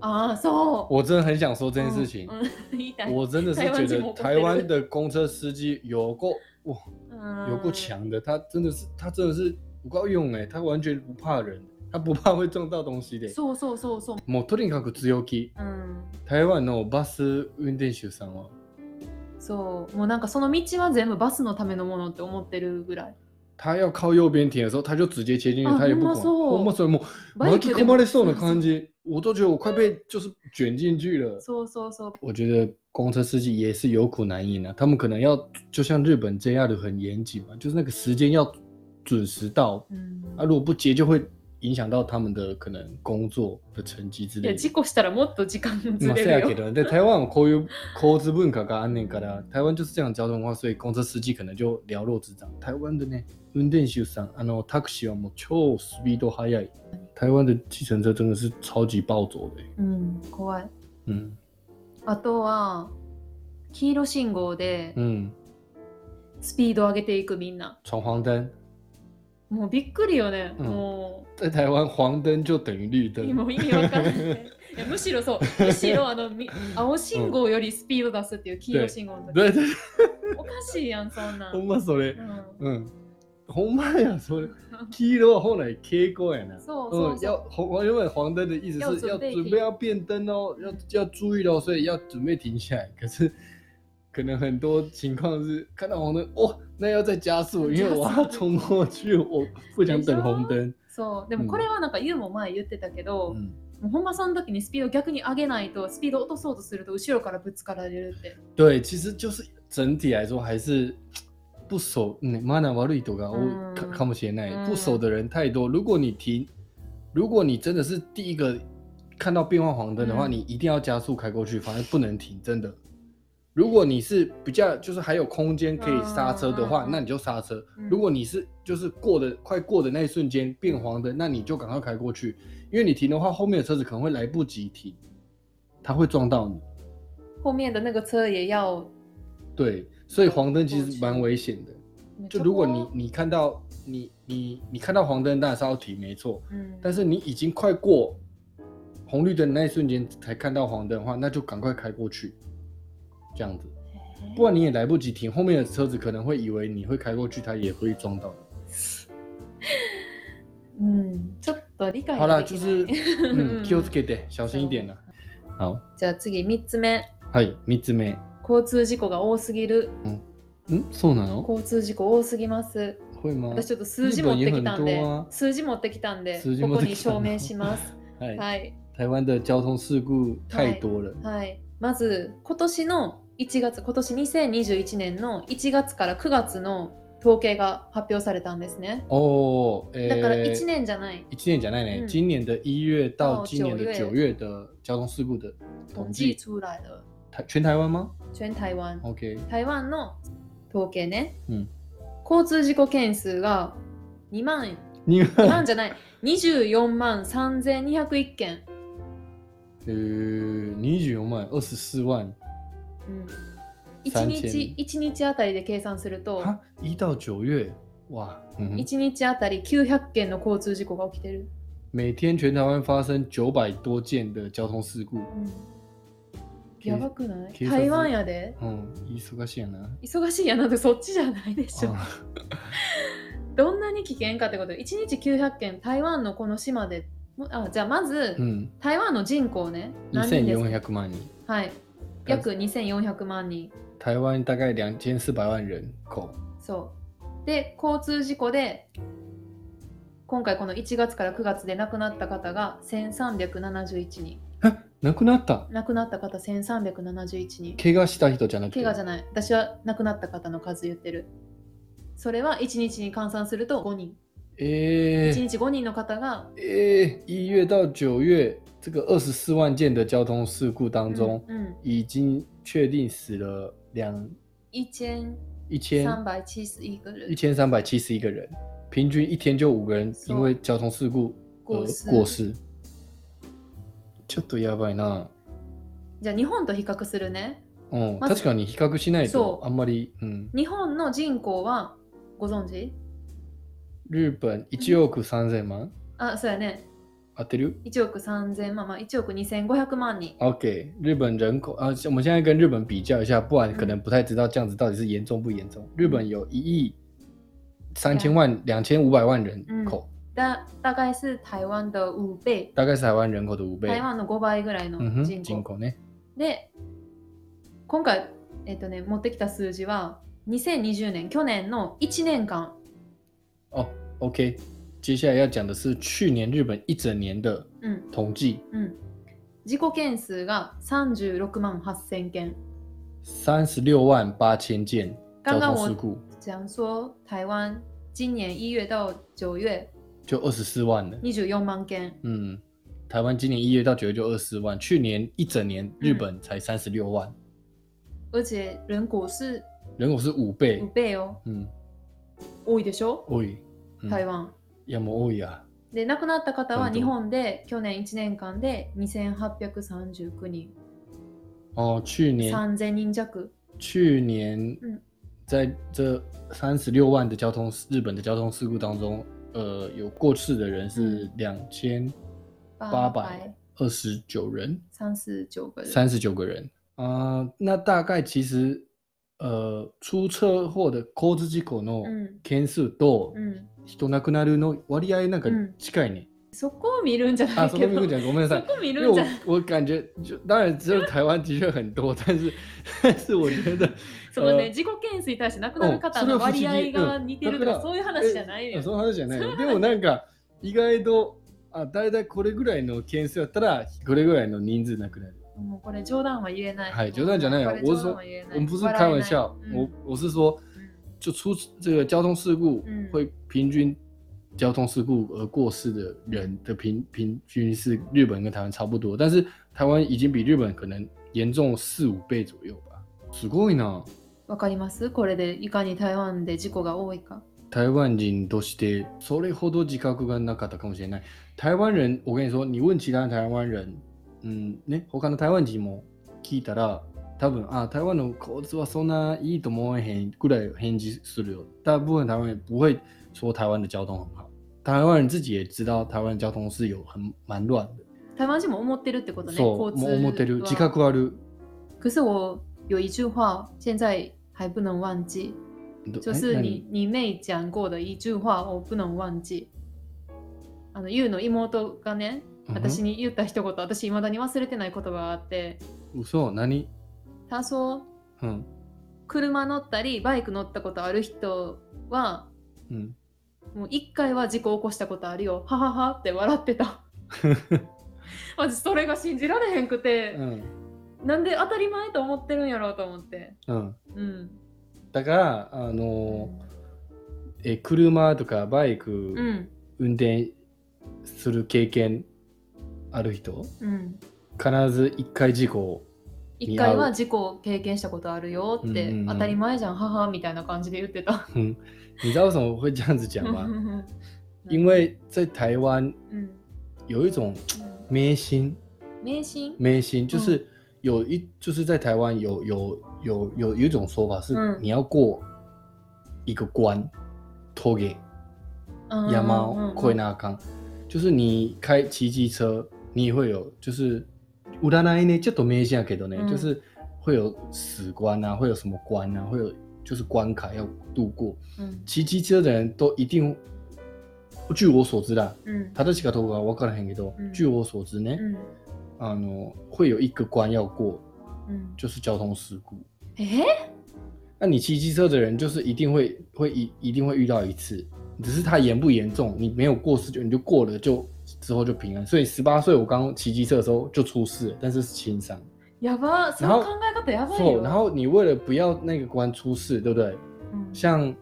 [SPEAKER 2] ああそう
[SPEAKER 1] 我真的很想说这件事情。
[SPEAKER 2] うんうん言いたい
[SPEAKER 1] 我真的是觉得台湾的公车司机有够哇，
[SPEAKER 2] うん
[SPEAKER 1] 有够强的，他真的是他真的是不够用哎，他完全不怕人，他不怕会撞到东西的。
[SPEAKER 2] そうそうそうそう
[SPEAKER 1] もうとにかく強気。
[SPEAKER 2] うん
[SPEAKER 1] 台湾のバス運転手さんは
[SPEAKER 2] そうもうなんかその道は全部バスのためのものって思ってるぐらい
[SPEAKER 1] 他要靠右边停的时候，他就直接切进去，
[SPEAKER 2] 啊
[SPEAKER 1] 他也不管。
[SPEAKER 2] ほんまそ
[SPEAKER 1] ほんまそう
[SPEAKER 2] う
[SPEAKER 1] もう
[SPEAKER 2] バイ
[SPEAKER 1] 巻き
[SPEAKER 2] ク
[SPEAKER 1] 込
[SPEAKER 2] で
[SPEAKER 1] ま
[SPEAKER 2] も
[SPEAKER 1] れそうな感じ，我都觉得我快被就是卷进去了。
[SPEAKER 2] そうそうそう
[SPEAKER 1] 我觉得公车司机也是有苦难言的、他们可能要就像日本 JR 的很严谨嘛，就是那个时间要准时到，
[SPEAKER 2] うん
[SPEAKER 1] 啊，如果不接就会影响到他们的可能工作的成绩之
[SPEAKER 2] い
[SPEAKER 1] 类
[SPEAKER 2] や
[SPEAKER 1] 的
[SPEAKER 2] 事。故したらもっと時間ず
[SPEAKER 1] まあ、
[SPEAKER 2] れ
[SPEAKER 1] せや
[SPEAKER 2] る
[SPEAKER 1] けど、
[SPEAKER 2] よ
[SPEAKER 1] 在台湾有こういう交通文化があんねんから、台湾就是这样的交通文化，所以公车司机可能就了若指掌。台湾的呢，運転手さん、あのタクシーはもう超スピード速い。台湾的计程车真的是超级暴走的、
[SPEAKER 2] うん怖い
[SPEAKER 1] 嗯
[SPEAKER 2] あとは黄色信号で
[SPEAKER 1] 嗯，
[SPEAKER 2] スピード上げていくみんな
[SPEAKER 1] 闯黄灯。
[SPEAKER 2] もうびっくりよね、
[SPEAKER 1] うん
[SPEAKER 2] も
[SPEAKER 1] 在台湾黄灯就等于绿
[SPEAKER 2] う
[SPEAKER 1] 灯。
[SPEAKER 2] もう意味わかんないいやむしろそうむしろあのみ青信号よりスピード出すっていう黄色信号の時
[SPEAKER 1] 对对，
[SPEAKER 2] おかしいやんそんな
[SPEAKER 1] ほん
[SPEAKER 2] ん、
[SPEAKER 1] まそれ
[SPEAKER 2] う。ん、
[SPEAKER 1] うん。ほんまやそ れ。黄色は本来蛍光やな。
[SPEAKER 2] そうそう
[SPEAKER 1] 嗯，
[SPEAKER 2] そ
[SPEAKER 1] 要红，因为黄灯的意思
[SPEAKER 2] 要
[SPEAKER 1] 是要
[SPEAKER 2] 准备
[SPEAKER 1] 准备
[SPEAKER 2] 停
[SPEAKER 1] 要变灯哦，要要注意咯，所以要准备停下来。可是可能很多情况是看到红灯，哦，那要再加速，因为我要冲过去，我不想等
[SPEAKER 2] 哦
[SPEAKER 1] 红灯。
[SPEAKER 2] うそうでもこれはなんかユウも前言ってたけど、
[SPEAKER 1] 嗯，
[SPEAKER 2] もうほんまその時にスピード逆に上げないとスピード落とそうとすると後ろからぶつかられるって
[SPEAKER 1] 对，其实就是整体来说还是不熟，嗯，マナー悪い人が多い
[SPEAKER 2] 嗯
[SPEAKER 1] かかもしれない。
[SPEAKER 2] 嗯
[SPEAKER 1] 不熟的人太多，如果你停，如果你真的是第一个看到变换黄灯的话，
[SPEAKER 2] 嗯
[SPEAKER 1] 你一定要加速开过去，反正不能停，真的。如果你是比较就是还有空间可以刹车的话，
[SPEAKER 2] 嗯嗯嗯
[SPEAKER 1] 那你就刹车。
[SPEAKER 2] 嗯
[SPEAKER 1] 如果你是就是过的快过的那一瞬间变黄灯，那你就赶快开过去，因为你停的话，后面的车子可能会来不及停，它会撞到你。
[SPEAKER 2] 後面的那个车也要
[SPEAKER 1] 对，所以黄灯其实蛮危险的。就如果你
[SPEAKER 2] そこ
[SPEAKER 1] 你看到你你你看到黄灯，当然是要停，没错。
[SPEAKER 2] うん
[SPEAKER 1] 但是你已经快过红绿灯的那一瞬间才看到黄灯的话，那就赶快开过去，这样子，不然你也来不及停。后面的车子可能会以为你会开过去，他也会撞到你。
[SPEAKER 2] うん、ちょっと理解
[SPEAKER 1] 好
[SPEAKER 2] が
[SPEAKER 1] 啦，
[SPEAKER 2] で
[SPEAKER 1] 就
[SPEAKER 2] きない
[SPEAKER 1] 是
[SPEAKER 2] う
[SPEAKER 1] 嗯，
[SPEAKER 2] ん
[SPEAKER 1] 気をつけて小心一点啦。好，
[SPEAKER 2] じゃあ次3つ目
[SPEAKER 1] はい、三つ目。
[SPEAKER 2] 交通事故が多すぎる
[SPEAKER 1] 嗯，そうなの？
[SPEAKER 2] 交通事故多すぎます
[SPEAKER 1] 会吗？
[SPEAKER 2] 私ちょっと数字持ってきた
[SPEAKER 1] 日
[SPEAKER 2] ん
[SPEAKER 1] 本也
[SPEAKER 2] で
[SPEAKER 1] 很多啊
[SPEAKER 2] 数字持ってきたんで
[SPEAKER 1] 数字
[SPEAKER 2] こ
[SPEAKER 1] 持
[SPEAKER 2] こ
[SPEAKER 1] って
[SPEAKER 2] に
[SPEAKER 1] きた
[SPEAKER 2] 証
[SPEAKER 1] の
[SPEAKER 2] 明します
[SPEAKER 1] はい
[SPEAKER 2] はい
[SPEAKER 1] 台湾的交通事故太多了。
[SPEAKER 2] はいまず今年の1月今年2021年の1月から9月の統計が発表されたんですね
[SPEAKER 1] 哦，诶
[SPEAKER 2] だから1年じゃない
[SPEAKER 1] 一年讲那年，
[SPEAKER 2] 嗯
[SPEAKER 1] 今年的一月到
[SPEAKER 2] 到
[SPEAKER 1] 今年的
[SPEAKER 2] 九
[SPEAKER 1] 九月的交通事故的
[SPEAKER 2] 統
[SPEAKER 1] 统
[SPEAKER 2] 計
[SPEAKER 1] 计，
[SPEAKER 2] 出来了
[SPEAKER 1] 台全台湾吗
[SPEAKER 2] 全台湾
[SPEAKER 1] ？OK，
[SPEAKER 2] 台湾の統計ね、
[SPEAKER 1] うん
[SPEAKER 2] 交通事故件数が2万
[SPEAKER 1] 你 们
[SPEAKER 2] 2万じゃない24万3201件、
[SPEAKER 1] 呃，你九万二十四万
[SPEAKER 2] うん、1
[SPEAKER 1] 3000
[SPEAKER 2] 日一日あたりで計算すると
[SPEAKER 1] 啊，一到九月，哇，嗯哼，
[SPEAKER 2] 1日あたり900件の交通事故が起きてる、
[SPEAKER 1] 每天全台湾发生九百多件的交通事故，
[SPEAKER 2] うん、やばくない
[SPEAKER 1] 警察
[SPEAKER 2] 台湾やで
[SPEAKER 1] 嗯，忙しいな。
[SPEAKER 2] 忙しいやなんてそっちじゃないでしょ
[SPEAKER 1] あ
[SPEAKER 2] どんなに危険かってこと1日900件台湾のこの島でもあじゃあまず、
[SPEAKER 1] うん、
[SPEAKER 2] 台湾の人口ね何人ですか
[SPEAKER 1] 2400万人，
[SPEAKER 2] はい約2400万人
[SPEAKER 1] 台湾大概两千四百万人口。
[SPEAKER 2] そうで交通事故で今回この1月から9月で亡くなった方が1371人
[SPEAKER 1] 亡くなった。
[SPEAKER 2] 亡くなった方1371人
[SPEAKER 1] 怪我した人じゃなくて。
[SPEAKER 2] 怪我じゃない私は亡くなった方の数言ってるそれは1日に換算すると5人
[SPEAKER 1] え
[SPEAKER 2] 1
[SPEAKER 1] ー、
[SPEAKER 2] 日5人の方が
[SPEAKER 1] えー，一月到九月这个二十四万件的交通事故当中，
[SPEAKER 2] うんうん、
[SPEAKER 1] 已经确定死了两
[SPEAKER 2] 1371
[SPEAKER 1] 一千
[SPEAKER 2] 个人
[SPEAKER 1] 一千三百七十一个人，平均一天就五个人
[SPEAKER 2] そう
[SPEAKER 1] 因为交通事故而
[SPEAKER 2] 过世
[SPEAKER 1] 过世。ちょっとやばいな。
[SPEAKER 2] じゃあ日本と比較するね
[SPEAKER 1] うん、
[SPEAKER 2] まず
[SPEAKER 1] 確かに比較しないと
[SPEAKER 2] そ、う
[SPEAKER 1] あんまり、うん。
[SPEAKER 2] 日本の人口はご存知
[SPEAKER 1] 日本1億3000万、
[SPEAKER 2] あそうやね
[SPEAKER 1] 合ってる
[SPEAKER 2] 1億3000万、まあ、1億2500万人
[SPEAKER 1] OK，日本人口啊，我们现在跟日本比较一下，不然可能不太知道这样子到底是严重不严
[SPEAKER 2] 嗯
[SPEAKER 1] 重。日本有一亿三千万
[SPEAKER 2] 啊
[SPEAKER 1] 两千五百万人口，
[SPEAKER 2] 嗯だ大概是台湾的5倍
[SPEAKER 1] 大概是台湾人口的五倍。
[SPEAKER 2] 台湾の5倍ぐらいの
[SPEAKER 1] 嗯哼，
[SPEAKER 2] 人口,、
[SPEAKER 1] 人口呢？
[SPEAKER 2] で今回、えっとね、持ってきた数字は2020年去年の1年間、
[SPEAKER 1] 哦，OK，接下来要讲的是去年日本一整年的
[SPEAKER 2] うん
[SPEAKER 1] 统计，
[SPEAKER 2] うん、事故件数が36万8000件
[SPEAKER 1] 三十六万八千件交
[SPEAKER 2] 刚刚
[SPEAKER 1] 通
[SPEAKER 2] 我
[SPEAKER 1] 事故，
[SPEAKER 2] 讲说台湾今年1月到9月
[SPEAKER 1] 就二十四万了。
[SPEAKER 2] 24万件
[SPEAKER 1] 嗯，台湾今年一月到九月就二十万，去年一整年日本才三十六万，
[SPEAKER 2] 而且人口是
[SPEAKER 1] 人口是五倍
[SPEAKER 2] 5。倍よ
[SPEAKER 1] 嗯，
[SPEAKER 2] 多いでしょ
[SPEAKER 1] 多い。嗯
[SPEAKER 2] 台湾
[SPEAKER 1] いやもう多いや。
[SPEAKER 2] で亡くなった方は
[SPEAKER 1] 本当
[SPEAKER 2] 日本で去年1年間で2839人
[SPEAKER 1] 哦，去年
[SPEAKER 2] 3000人弱
[SPEAKER 1] 去年
[SPEAKER 2] 嗯
[SPEAKER 1] 在这三十六万的交通日本的交通事故当中，呃，有过世的人
[SPEAKER 2] 嗯
[SPEAKER 1] 是两千二十九人，
[SPEAKER 2] 839个人
[SPEAKER 1] 三十九个人。啊、那大概其实呃出车祸的交通事故
[SPEAKER 2] う
[SPEAKER 1] の
[SPEAKER 2] ん
[SPEAKER 1] 件数と
[SPEAKER 2] うん
[SPEAKER 1] 人亡くなるの割合なんか
[SPEAKER 2] 嗯うん
[SPEAKER 1] 近い ね。
[SPEAKER 2] そこを見るんじゃな
[SPEAKER 1] 啊，
[SPEAKER 2] い
[SPEAKER 1] 什
[SPEAKER 2] け
[SPEAKER 1] 么名字
[SPEAKER 2] ど
[SPEAKER 1] 讲？ごめんなさ
[SPEAKER 2] そ
[SPEAKER 1] い。
[SPEAKER 2] こ見
[SPEAKER 1] 因
[SPEAKER 2] る
[SPEAKER 1] 为
[SPEAKER 2] んじゃない
[SPEAKER 1] 我我感觉就当然，只有台湾的确很多，但是 但是我觉得
[SPEAKER 2] その
[SPEAKER 1] え
[SPEAKER 2] ね事故件数に対して亡くなる方の
[SPEAKER 1] うんそれは不
[SPEAKER 2] 割
[SPEAKER 1] 思議
[SPEAKER 2] 合が似てると
[SPEAKER 1] う
[SPEAKER 2] か
[SPEAKER 1] ん
[SPEAKER 2] そういう話じゃないよ
[SPEAKER 1] その話じゃないよ。でもなんか意外とあだいたいこれぐらいの件数やったらこれぐらいの人数なくなる。
[SPEAKER 2] もうこれ冗談は言えない
[SPEAKER 1] はい冗談じゃないよ
[SPEAKER 2] これ冗談は言えな
[SPEAKER 1] 我
[SPEAKER 2] い
[SPEAKER 1] 们不是开玩笑
[SPEAKER 2] 笑え，ない
[SPEAKER 1] 我我是说
[SPEAKER 2] 嗯，
[SPEAKER 1] 就出这个交通事故
[SPEAKER 2] 嗯
[SPEAKER 1] 会平均交通事故而过世的人的平平均是日本跟台湾差不多，但是台湾已经比日本可能严重四五倍左右吧。すごいな。
[SPEAKER 2] わかりますこれでいかに台湾で事故が多いか
[SPEAKER 1] 台湾人都してそれほど自覚がなかったかもしれない。台湾人、我跟你说，你问其他台湾人，嗯，ね、他の台湾人も聞いたら、多分あ台湾の交通はそんないいと思えへんぐらい返事するよ。大部分台湾人不会说台湾的交通很好，台湾人自己也知道台湾的交通是有很蛮乱的。
[SPEAKER 2] 台湾人も思ってるってことね
[SPEAKER 1] そう、
[SPEAKER 2] 交通
[SPEAKER 1] もう思ってる
[SPEAKER 2] は
[SPEAKER 1] 自覚ある。
[SPEAKER 2] 可是我有一句话，现在还不能忘记，
[SPEAKER 1] ど
[SPEAKER 2] 就
[SPEAKER 1] え
[SPEAKER 2] 是
[SPEAKER 1] 何
[SPEAKER 2] 你你妹讲过的一句话，我不能忘记。あのユウの妹がね私
[SPEAKER 1] に
[SPEAKER 2] に言った一言私いまだに忘れてない言葉があって
[SPEAKER 1] 嘘何
[SPEAKER 2] 多少
[SPEAKER 1] うん
[SPEAKER 2] 車乗ったりバイク乗ったことある人は
[SPEAKER 1] うん
[SPEAKER 2] もう一回は事故起こしたことあるよはははって笑って た私それが信じられへんくて
[SPEAKER 1] う、ん
[SPEAKER 2] なんで当たり前と思ってるんやろうと思って
[SPEAKER 1] うん
[SPEAKER 2] うん
[SPEAKER 1] だからあのえ車とかバイ
[SPEAKER 2] う
[SPEAKER 1] ク
[SPEAKER 2] ん
[SPEAKER 1] 運転する経験ある人
[SPEAKER 2] うん
[SPEAKER 1] 必ず一回事故を
[SPEAKER 2] 一回は事故を経験したことあるよっ
[SPEAKER 1] う
[SPEAKER 2] て、
[SPEAKER 1] んうんうん
[SPEAKER 2] 当たり前じゃん母みたいな感じで言ってた
[SPEAKER 1] 嗯，你知道为什么我会这样子讲吗？
[SPEAKER 2] うん
[SPEAKER 1] 因为在台湾
[SPEAKER 2] うん
[SPEAKER 1] 有一种迷信，
[SPEAKER 2] 迷信
[SPEAKER 1] 迷信就是有一就是在台湾有有有有有一种说法是
[SPEAKER 2] 嗯
[SPEAKER 1] 你要过一个关，托给
[SPEAKER 2] 山
[SPEAKER 1] 亚猫会那康，就是你开骑机车，你也会有就是乌拉那呢，就都没下给的呢，
[SPEAKER 2] 嗯
[SPEAKER 1] 就是会有死关啊，会有什么关啊，会有就是关卡要度过，
[SPEAKER 2] うん
[SPEAKER 1] 骑机车的人都一定，据我所知啦，
[SPEAKER 2] うん
[SPEAKER 1] 他的几个头发我可能很多
[SPEAKER 2] 嗯。
[SPEAKER 1] 据我所知呢，
[SPEAKER 2] うん
[SPEAKER 1] あの会有一个关要过，
[SPEAKER 2] うん
[SPEAKER 1] 就是交通事故。
[SPEAKER 2] え
[SPEAKER 1] 那你骑机车的人就是一定会会一一定会遇到一次，只是它严不严重，你没有过十九你就过了就之后就平安。所以十八岁我刚骑机车的时候就出事了，但是是轻伤。
[SPEAKER 2] やばその考え方やばい
[SPEAKER 1] 错，
[SPEAKER 2] よ
[SPEAKER 1] 然后你为了不要那个关出事，对不对？
[SPEAKER 2] うん
[SPEAKER 1] 像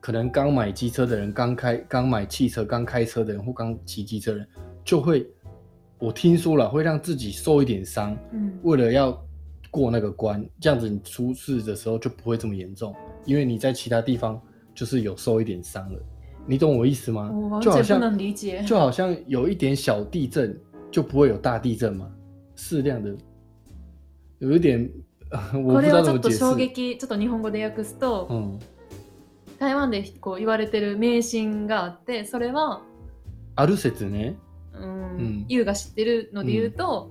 [SPEAKER 1] 可能刚买机车的人，刚开刚买汽车、刚开车的人，或刚骑机车的人，就会我听说了，会让自己受一点伤，
[SPEAKER 2] うん
[SPEAKER 1] 为了要过那个关，这样子你出事的时候就不会这么严重，因为你在其他地方就是有受一点伤了，你懂我意思吗
[SPEAKER 2] 我？完
[SPEAKER 1] 就好
[SPEAKER 2] 全不
[SPEAKER 1] 像
[SPEAKER 2] 能理解。
[SPEAKER 1] 就好像有一点小地震就不会有大地震嘛，适量的，有一点。我
[SPEAKER 2] こ
[SPEAKER 1] 不知
[SPEAKER 2] れ
[SPEAKER 1] 道怎么
[SPEAKER 2] をちょっと
[SPEAKER 1] 解释
[SPEAKER 2] 衝。撃、ちょっと日本語で訳すと、
[SPEAKER 1] 嗯，
[SPEAKER 2] 台湾でこう言われてる迷信があって、それは、
[SPEAKER 1] ある説ね。
[SPEAKER 2] うん
[SPEAKER 1] うん
[SPEAKER 2] ユウが知ってるので言うと、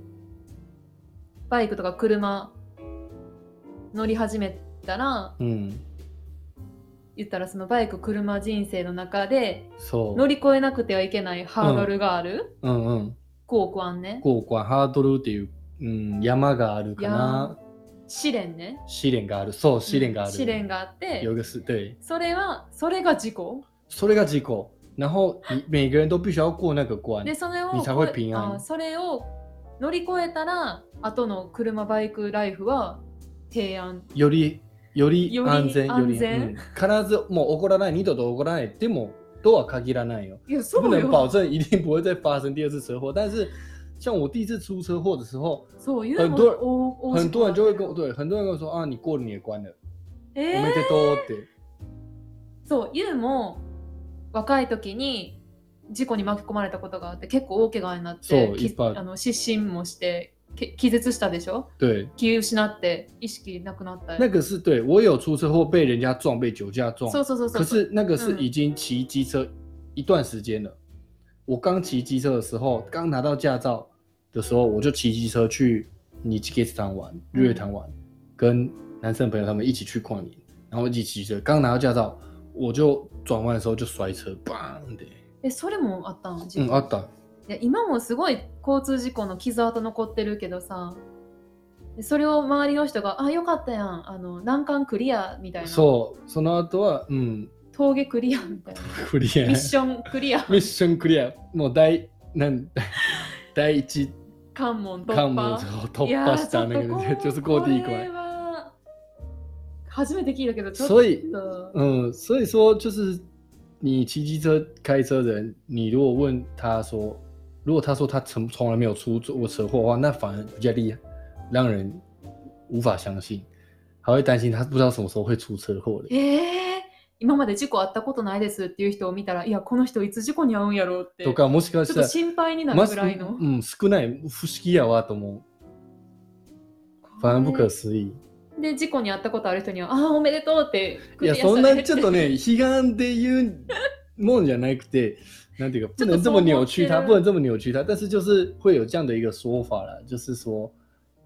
[SPEAKER 2] バイクとか車乗り始めたら、
[SPEAKER 1] うん。
[SPEAKER 2] 言ったらそのバイク、車人生の中で
[SPEAKER 1] そう。
[SPEAKER 2] 乗り越えなくてはいけないハードルがある、
[SPEAKER 1] うんうん。
[SPEAKER 2] こうこあんね、
[SPEAKER 1] こうこうハードルっていう、うん、山があるかな。
[SPEAKER 2] 試練ね。
[SPEAKER 1] 試練がある。そう、試練がある。
[SPEAKER 2] 試練があって
[SPEAKER 1] 有、一个是对，
[SPEAKER 2] それは、それが事故
[SPEAKER 1] それが事故。然后你每个人都必须要过那个关
[SPEAKER 2] で。それを
[SPEAKER 1] に才会平安
[SPEAKER 2] あそれを乗り越えたら後の車バイクライフは平安
[SPEAKER 1] よりより
[SPEAKER 2] より
[SPEAKER 1] 安全より
[SPEAKER 2] 安全
[SPEAKER 1] うん、必ずもう起こらない二度と起こらないでもとは限らないよ。
[SPEAKER 2] いやそ
[SPEAKER 1] 不
[SPEAKER 2] う
[SPEAKER 1] 能保
[SPEAKER 2] よ
[SPEAKER 1] 证一定不会再发生第二次车祸，但是像我第一次出车祸的时候，
[SPEAKER 2] そういうの
[SPEAKER 1] 很多人
[SPEAKER 2] おお
[SPEAKER 1] 很多人就会跟我对很多人跟我说啊，你过了你的关了，我
[SPEAKER 2] えー
[SPEAKER 1] 们再多对。
[SPEAKER 2] そうユウも若い時に事故に巻き込まれたことがあって結構大怪我になっ
[SPEAKER 1] そ
[SPEAKER 2] て
[SPEAKER 1] う
[SPEAKER 2] き
[SPEAKER 1] いっぱい
[SPEAKER 2] あの失神もしてけ気絶したでしょ
[SPEAKER 1] 对，
[SPEAKER 2] 気失って意識なくなった
[SPEAKER 1] 那个是对我有出车祸被人家撞，被酒驾撞，
[SPEAKER 2] そうそうそうそう
[SPEAKER 1] 可是那个是已经骑机车一段时间了。我刚骑机车的时候，刚拿到驾照的时候，我就骑机车去尼基斯坦玩、日月潭玩，跟男生朋友他们一起去跨年，然后一起骑车。刚拿到驾照，我就转弯的时候就摔车，砰的。
[SPEAKER 2] えそれもあったん事故
[SPEAKER 1] 嗯，啊打，
[SPEAKER 2] いや今もすごい交通事故の傷跡残ってるけどさでそれを周りの人が「あよかったやんあの難関クリア」みたいな
[SPEAKER 1] そう、その後は、うん、
[SPEAKER 2] 峠クリアみ たいな
[SPEAKER 1] クリア。
[SPEAKER 2] ミッションクリア
[SPEAKER 1] ミッションクリア。もう第、なん、第一
[SPEAKER 2] 関門突破
[SPEAKER 1] 関門を突破した
[SPEAKER 2] い
[SPEAKER 1] 那
[SPEAKER 2] や
[SPEAKER 1] 个
[SPEAKER 2] ーちょっ
[SPEAKER 1] 人，
[SPEAKER 2] とこう
[SPEAKER 1] 就是过第一
[SPEAKER 2] これ
[SPEAKER 1] 关。
[SPEAKER 2] は初めて聞いたけどちょっと
[SPEAKER 1] 所以，嗯，所以说就是你骑机车、开车的人，你如果问他说，如果他说他从从来没有出过车祸的话，那反而比较厉害，让人无法相信，还会担心他不知道什么时候会出车祸的。
[SPEAKER 2] えー今まで事故あったことないですっていう人を見たらいやこの人いつ事故に遭うんやろうってち
[SPEAKER 1] と
[SPEAKER 2] ょ
[SPEAKER 1] かもしか
[SPEAKER 2] っ
[SPEAKER 1] した
[SPEAKER 2] と
[SPEAKER 1] ら
[SPEAKER 2] 心配にな
[SPEAKER 1] ま
[SPEAKER 2] る
[SPEAKER 1] ず
[SPEAKER 2] ぐらいの
[SPEAKER 1] うん嗯少ない不思議やわと思う。反而不可思議。
[SPEAKER 2] で事故に遭ったことある人には「ああおめでとう」って
[SPEAKER 1] いや、そんなちょっと ね、悲願で言うもんじゃなくて、なんていうか、
[SPEAKER 2] ち
[SPEAKER 1] 不
[SPEAKER 2] ょ
[SPEAKER 1] 能
[SPEAKER 2] っと
[SPEAKER 1] 这么扭曲它，
[SPEAKER 2] そう
[SPEAKER 1] 不
[SPEAKER 2] 思ってる
[SPEAKER 1] 能这么扭曲它，但是就是会有这样的一个说法啦，就是说，哦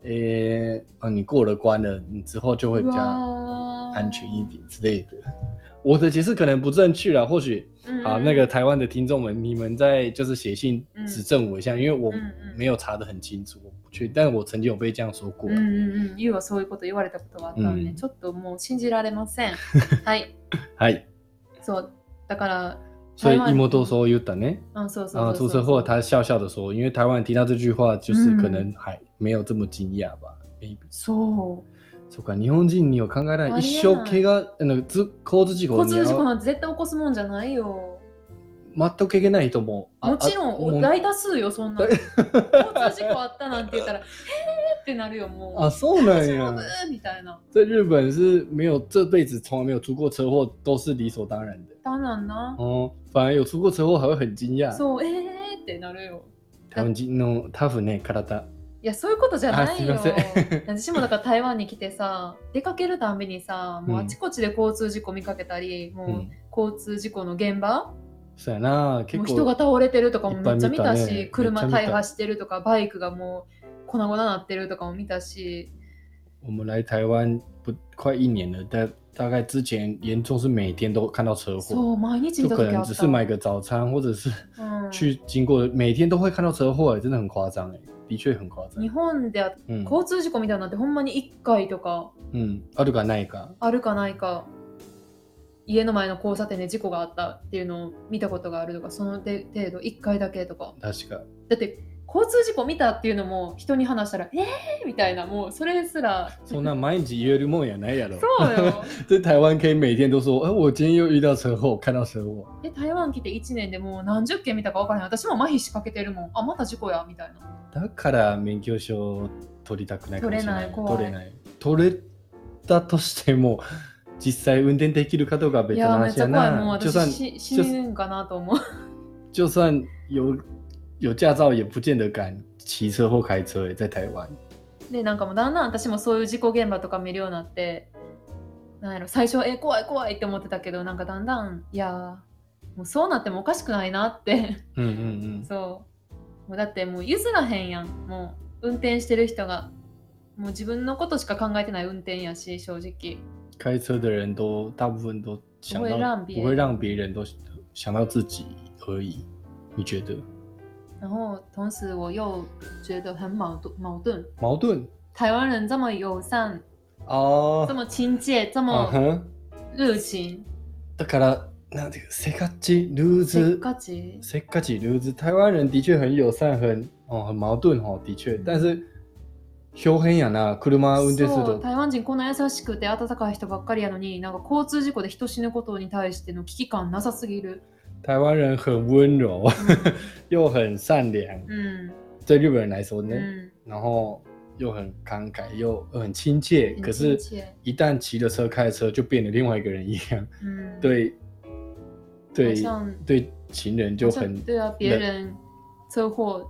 [SPEAKER 1] 诶、啊，你过了关了，你之后就会比较安全一点之类的。我的解释可能不正确了，或许
[SPEAKER 2] 嗯
[SPEAKER 1] 啊，那个台湾的听众们，你们在就是写信
[SPEAKER 2] 嗯
[SPEAKER 1] 指正我一下，因为我
[SPEAKER 2] うんうん
[SPEAKER 1] 没有查得很清楚，我不确定，但我曾经有被这样说过
[SPEAKER 2] う
[SPEAKER 1] 啦。
[SPEAKER 2] んうんうん、ゆうはそういうこと言われたことがあったので、
[SPEAKER 1] うん
[SPEAKER 2] ちょっともう信じられ ません。はい、
[SPEAKER 1] はい。
[SPEAKER 2] そう、だから、
[SPEAKER 1] 所以
[SPEAKER 2] 台湾
[SPEAKER 1] 妹说言ったね，
[SPEAKER 2] うん、そうそう
[SPEAKER 1] 啊，
[SPEAKER 2] そ
[SPEAKER 1] 出
[SPEAKER 2] うそ
[SPEAKER 1] 车
[SPEAKER 2] う
[SPEAKER 1] 祸，他笑笑的说，因为台湾人听到这句话，就是可能还没有这么惊讶吧。maybe
[SPEAKER 2] そ
[SPEAKER 1] そうか、日本人には考えな
[SPEAKER 2] あ
[SPEAKER 1] い。
[SPEAKER 2] り
[SPEAKER 1] 一
[SPEAKER 2] え
[SPEAKER 1] 生
[SPEAKER 2] ない
[SPEAKER 1] 怪我、あの、ず交通事
[SPEAKER 2] う、
[SPEAKER 1] 故
[SPEAKER 2] 交
[SPEAKER 1] に
[SPEAKER 2] 通事故
[SPEAKER 1] 遭う
[SPEAKER 2] なんて絶対起こすもんじゃないよ。
[SPEAKER 1] 全くいけない人も。あ
[SPEAKER 2] もちろ
[SPEAKER 1] あも
[SPEAKER 2] ん、
[SPEAKER 1] う
[SPEAKER 2] 大多数よ、そんなの。交通事故あったなんて言ったら、えーってなるよ、もう。
[SPEAKER 1] あ、そうなん
[SPEAKER 2] 大丈
[SPEAKER 1] や。
[SPEAKER 2] 夫みたいな。
[SPEAKER 1] 在日本是没有这辈子从来没有出过车祸，都是理所当然的。
[SPEAKER 2] だなんな。
[SPEAKER 1] 哦，反而有出过车祸还会很惊讶。
[SPEAKER 2] そう、えーってなるよ。
[SPEAKER 1] 台湾人のタフね、体。
[SPEAKER 2] いや、そういうことじゃないよ
[SPEAKER 1] あすいま。
[SPEAKER 2] 私もだから台湾に来てさ、出かけるたんびにさ、もうあちこちで交通事故見かけたり、
[SPEAKER 1] う
[SPEAKER 2] も
[SPEAKER 1] ん。
[SPEAKER 2] う交通事故の現場、
[SPEAKER 1] そうやな、
[SPEAKER 2] も
[SPEAKER 1] 結
[SPEAKER 2] う人が
[SPEAKER 1] 構。
[SPEAKER 2] 倒れてるとかもめっちゃ見た
[SPEAKER 1] いっぱい見
[SPEAKER 2] し、
[SPEAKER 1] たね
[SPEAKER 2] 車
[SPEAKER 1] めっちゃ見
[SPEAKER 2] 大
[SPEAKER 1] た
[SPEAKER 2] 破してるとか、バイクがもう粉々なってるとかも見たし、
[SPEAKER 1] 我们来台湾不快一年了，但大概之前严重是每天都看到车祸，
[SPEAKER 2] そう、毎日
[SPEAKER 1] 就
[SPEAKER 2] 見た
[SPEAKER 1] 可
[SPEAKER 2] 時あ
[SPEAKER 1] 能
[SPEAKER 2] っ
[SPEAKER 1] 只
[SPEAKER 2] た。
[SPEAKER 1] 是买个早餐，或者是
[SPEAKER 2] うん
[SPEAKER 1] 去经过，每天都会看到车祸，真的很夸张哎，的确很夸张
[SPEAKER 2] 日。本では
[SPEAKER 1] 嗯
[SPEAKER 2] 交通事故みたいなのってほんまに1回とか
[SPEAKER 1] 嗯，あるかないか。
[SPEAKER 2] あるかないか家の前の交差点で事故があったっていうのを見たことがあるとかその程度1回だけとか
[SPEAKER 1] 確か。
[SPEAKER 2] だって交通事故見たっていうのも人に話したら「えー!」みたいなもうそれすら
[SPEAKER 1] そんな毎日言えるもんやないやろ。
[SPEAKER 2] そう よ
[SPEAKER 1] 在台湾可以每天都说，哎、我今天又遇到车祸，看到车祸。
[SPEAKER 2] で台湾来て1年でもう何十件見たか分からへん私も麻痺しかけてるもんあまた事故やみたいな
[SPEAKER 1] だから免許証を取りたくないかもしれない。
[SPEAKER 2] 取れ
[SPEAKER 1] 取れない。取れたとしても、実際運転できるかどうかはい別の
[SPEAKER 2] やめっ
[SPEAKER 1] 話
[SPEAKER 2] ちゃ
[SPEAKER 1] や
[SPEAKER 2] 怖いもう
[SPEAKER 1] な。就算
[SPEAKER 2] 私し死ぬんかなと思う
[SPEAKER 1] 就算有有驾照，也不见得敢骑车或开车、欸。在台湾，
[SPEAKER 2] でなんかもうだ んだん私もそういう事故現場とか見るようになってなんやろ最初はえ怖い怖いって思ってたけどなんかだんだんいやーもうそうなってもおかしくないなって
[SPEAKER 1] うんうん
[SPEAKER 2] そうもうだってもう譲らへんやんもう運転してる人がもう自分のことしか考えてない運転やし正直
[SPEAKER 1] うん。开车的人都大部分都想
[SPEAKER 2] 不会
[SPEAKER 1] 到
[SPEAKER 2] 让别
[SPEAKER 1] 不会让别人都想到自己而已。你觉得
[SPEAKER 2] 然后同时我又觉得很矛盾矛盾
[SPEAKER 1] 矛盾？
[SPEAKER 2] 台湾人这么友善
[SPEAKER 1] 哦
[SPEAKER 2] 这么亲切这
[SPEAKER 1] 啊
[SPEAKER 2] 么
[SPEAKER 1] 哼。
[SPEAKER 2] 热情
[SPEAKER 1] だからなんていうかせかちルー
[SPEAKER 2] せっ
[SPEAKER 1] ズ
[SPEAKER 2] かち
[SPEAKER 1] せっかちルーズ台湾人的确很友善很哦很矛盾哦的确，但是表変やな車運転する
[SPEAKER 2] そ
[SPEAKER 1] と
[SPEAKER 2] う台湾人こんな優しくて温かい人ばっかりやのになんか交通事故で人死ぬことに対しての危機感なさすぎる、
[SPEAKER 1] 台湾人很温柔又很善良，
[SPEAKER 2] うん
[SPEAKER 1] 对日本人来说
[SPEAKER 2] うん
[SPEAKER 1] 呢，
[SPEAKER 2] うん、
[SPEAKER 1] 然后又很慷慨又又很亲切，可
[SPEAKER 2] 很
[SPEAKER 1] 是
[SPEAKER 2] 亲切
[SPEAKER 1] 一旦骑了车开了车就变得另外一个人一样，
[SPEAKER 2] うん、
[SPEAKER 1] 对
[SPEAKER 2] 好
[SPEAKER 1] 对
[SPEAKER 2] 像
[SPEAKER 1] 对情人就
[SPEAKER 2] 好像
[SPEAKER 1] 很
[SPEAKER 2] 对啊，别人车祸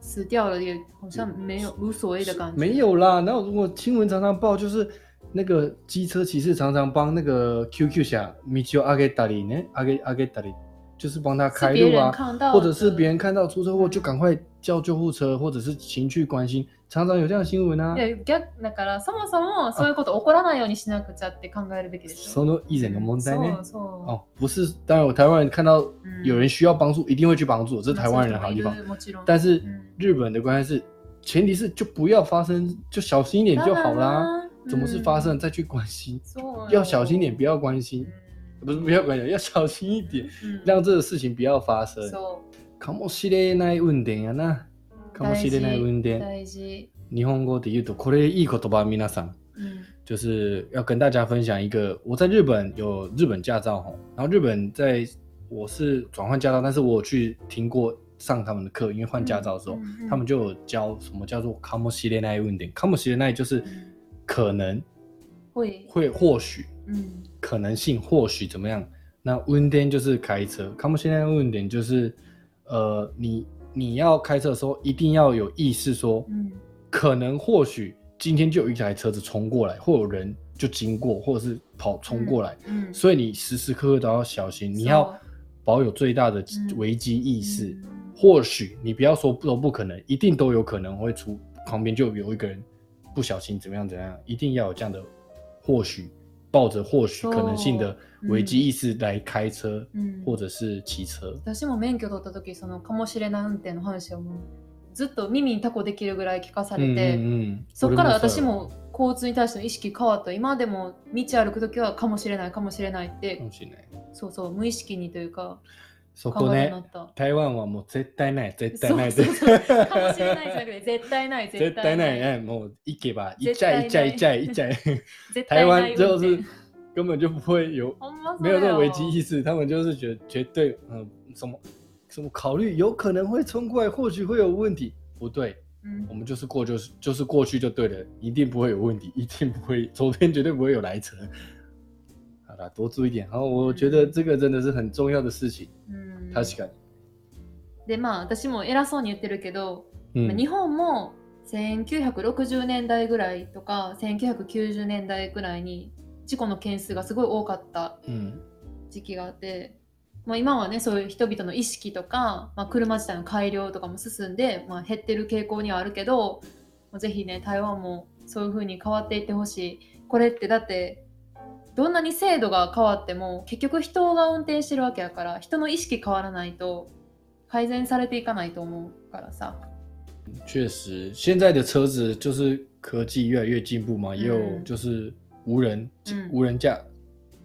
[SPEAKER 2] 死掉了也好像没有无所谓的感觉，
[SPEAKER 1] 嗯没有啦，然后如果新闻常常报，就是那个机车骑士常常帮那个 QQ 侠米丘阿给达里呢，阿给阿给达里，就是帮他
[SPEAKER 2] 是
[SPEAKER 1] 开
[SPEAKER 2] 别
[SPEAKER 1] 路
[SPEAKER 2] 人
[SPEAKER 1] 啊，
[SPEAKER 2] 看到的，
[SPEAKER 1] 或者是别人看到出车祸就赶快叫救护车，或者是情绪关心，常常有这样的新闻啊
[SPEAKER 2] い。や逆だからそもそもそういうこと起こらないようにしなくちゃって考えるべきでしょ。
[SPEAKER 1] その以前的問題
[SPEAKER 2] そ
[SPEAKER 1] 呢
[SPEAKER 2] う？そ
[SPEAKER 1] 哦，不是，当然，我台湾人看到
[SPEAKER 2] う。うん
[SPEAKER 1] 有人需要帮助，一定会去帮助，这是台湾人的好地方。
[SPEAKER 2] まあそういう人もいるもちろん。
[SPEAKER 1] 但是
[SPEAKER 2] 嗯
[SPEAKER 1] 日本的关系是，前提是就不要发生，就小心一点就好啦。
[SPEAKER 2] 当然啊嗯啦
[SPEAKER 1] 怎么是发？生再去关心？要小心点，不要关心，不是不要关心， 要小心一点，让这个事情不要发生。
[SPEAKER 2] そ
[SPEAKER 1] かもしれない運転やな。かもしれない運
[SPEAKER 2] う
[SPEAKER 1] 転。
[SPEAKER 2] 大事、
[SPEAKER 1] 日本語で言うとこれいい言葉皆さん。
[SPEAKER 2] うん、
[SPEAKER 1] 就是要跟大家分享一个，我在日本有日本驾照吼，然后日本在我是转换驾照，但是我有去听过上他们的课，因为换驾照的时候，
[SPEAKER 2] 嗯
[SPEAKER 1] 他们就有教什么叫做かもしれない運転。かもしれない就是
[SPEAKER 2] 嗯
[SPEAKER 1] 可能
[SPEAKER 2] 会
[SPEAKER 1] 会或许
[SPEAKER 2] 嗯
[SPEAKER 1] 可能性或许怎么样？那温天就是开车，他们现在问点就是，呃，你你要开车的时候一定要有意识说，
[SPEAKER 2] 嗯
[SPEAKER 1] 可能或许今天就有一台车子冲过来，或有人就经过，或者是跑冲过来，
[SPEAKER 2] 嗯，
[SPEAKER 1] 所以你时时刻刻都要小心，你要保有最大的
[SPEAKER 2] 嗯
[SPEAKER 1] 危机意
[SPEAKER 2] 以
[SPEAKER 1] 识。或许你不要说不都不可能，一定都有可能会出，旁边就有一个人不小心怎么样怎么样，一定要有这样的或许抱着或许可能性的危機意
[SPEAKER 2] 識、
[SPEAKER 1] 識来開車
[SPEAKER 2] うん
[SPEAKER 1] 或者是騎車。
[SPEAKER 2] 私も免許取った時そのかもしれない運転の話をもうずっと耳にタコできるぐらい聞かされ
[SPEAKER 1] 嗯
[SPEAKER 2] て、
[SPEAKER 1] ん
[SPEAKER 2] そこから
[SPEAKER 1] 俺そ
[SPEAKER 2] 私
[SPEAKER 1] うやわ
[SPEAKER 2] も交通に対しての意識変わった今でも道歩く時はかもしれないかもしれないって、
[SPEAKER 1] かもしれない。
[SPEAKER 2] そうそう無意識にというか
[SPEAKER 1] そ
[SPEAKER 2] 考
[SPEAKER 1] こ
[SPEAKER 2] えるよう
[SPEAKER 1] ね
[SPEAKER 2] に、なっ
[SPEAKER 1] 台湾はもう絶対ない、絶対ない。
[SPEAKER 2] そうそうそう
[SPEAKER 1] 絶対
[SPEAKER 2] たかもしれないじゃなくて絶対ない
[SPEAKER 1] 絶対ない、
[SPEAKER 2] ない
[SPEAKER 1] えもう行けば、行っ
[SPEAKER 2] 絶
[SPEAKER 1] ちゃい、
[SPEAKER 2] 対
[SPEAKER 1] 行っちゃい、行っ
[SPEAKER 2] ない
[SPEAKER 1] ちゃい、行っちゃい。 台
[SPEAKER 2] 絶対ない
[SPEAKER 1] 湾就
[SPEAKER 2] 運
[SPEAKER 1] 是
[SPEAKER 2] 転
[SPEAKER 1] 根本就不会有
[SPEAKER 2] ほんまそう
[SPEAKER 1] 没
[SPEAKER 2] や
[SPEAKER 1] 有
[SPEAKER 2] わ
[SPEAKER 1] 这种危机意识，他们就是觉绝对嗯什么什么考虑有可能会冲过来，或许会有问题，不对，
[SPEAKER 2] うん
[SPEAKER 1] 我们就是过就是就是过去就对了，一定不会有问题， 一定不会左边绝对不会有来车。好啦，多注意一点。然后我觉得这个真的是很重要的事情，
[SPEAKER 2] うん
[SPEAKER 1] 確かに。
[SPEAKER 2] でまあ私も偉そうに言ってるけど、まあ
[SPEAKER 1] 嗯
[SPEAKER 2] 日本も1960年代ぐらいとか1990年代ぐらいに事故の件数がすごい多かった
[SPEAKER 1] 嗯
[SPEAKER 2] 時期があって、まあ、今はねそういう人々の意識とか、まあ、車自体の改良とかも進んで、まあ、減ってる傾向にはあるけどまあぜひね台湾もそういう風に変わっていってほしいこれってだってどんなに制度が変わっても結局人が運転してるわけやから人の意識変わらないと改善されていかないと思うからさ
[SPEAKER 1] 确实，现在的车子就是科技越来越进步嘛，也有
[SPEAKER 2] 嗯
[SPEAKER 1] 就是无人、
[SPEAKER 2] 嗯
[SPEAKER 1] 无人驾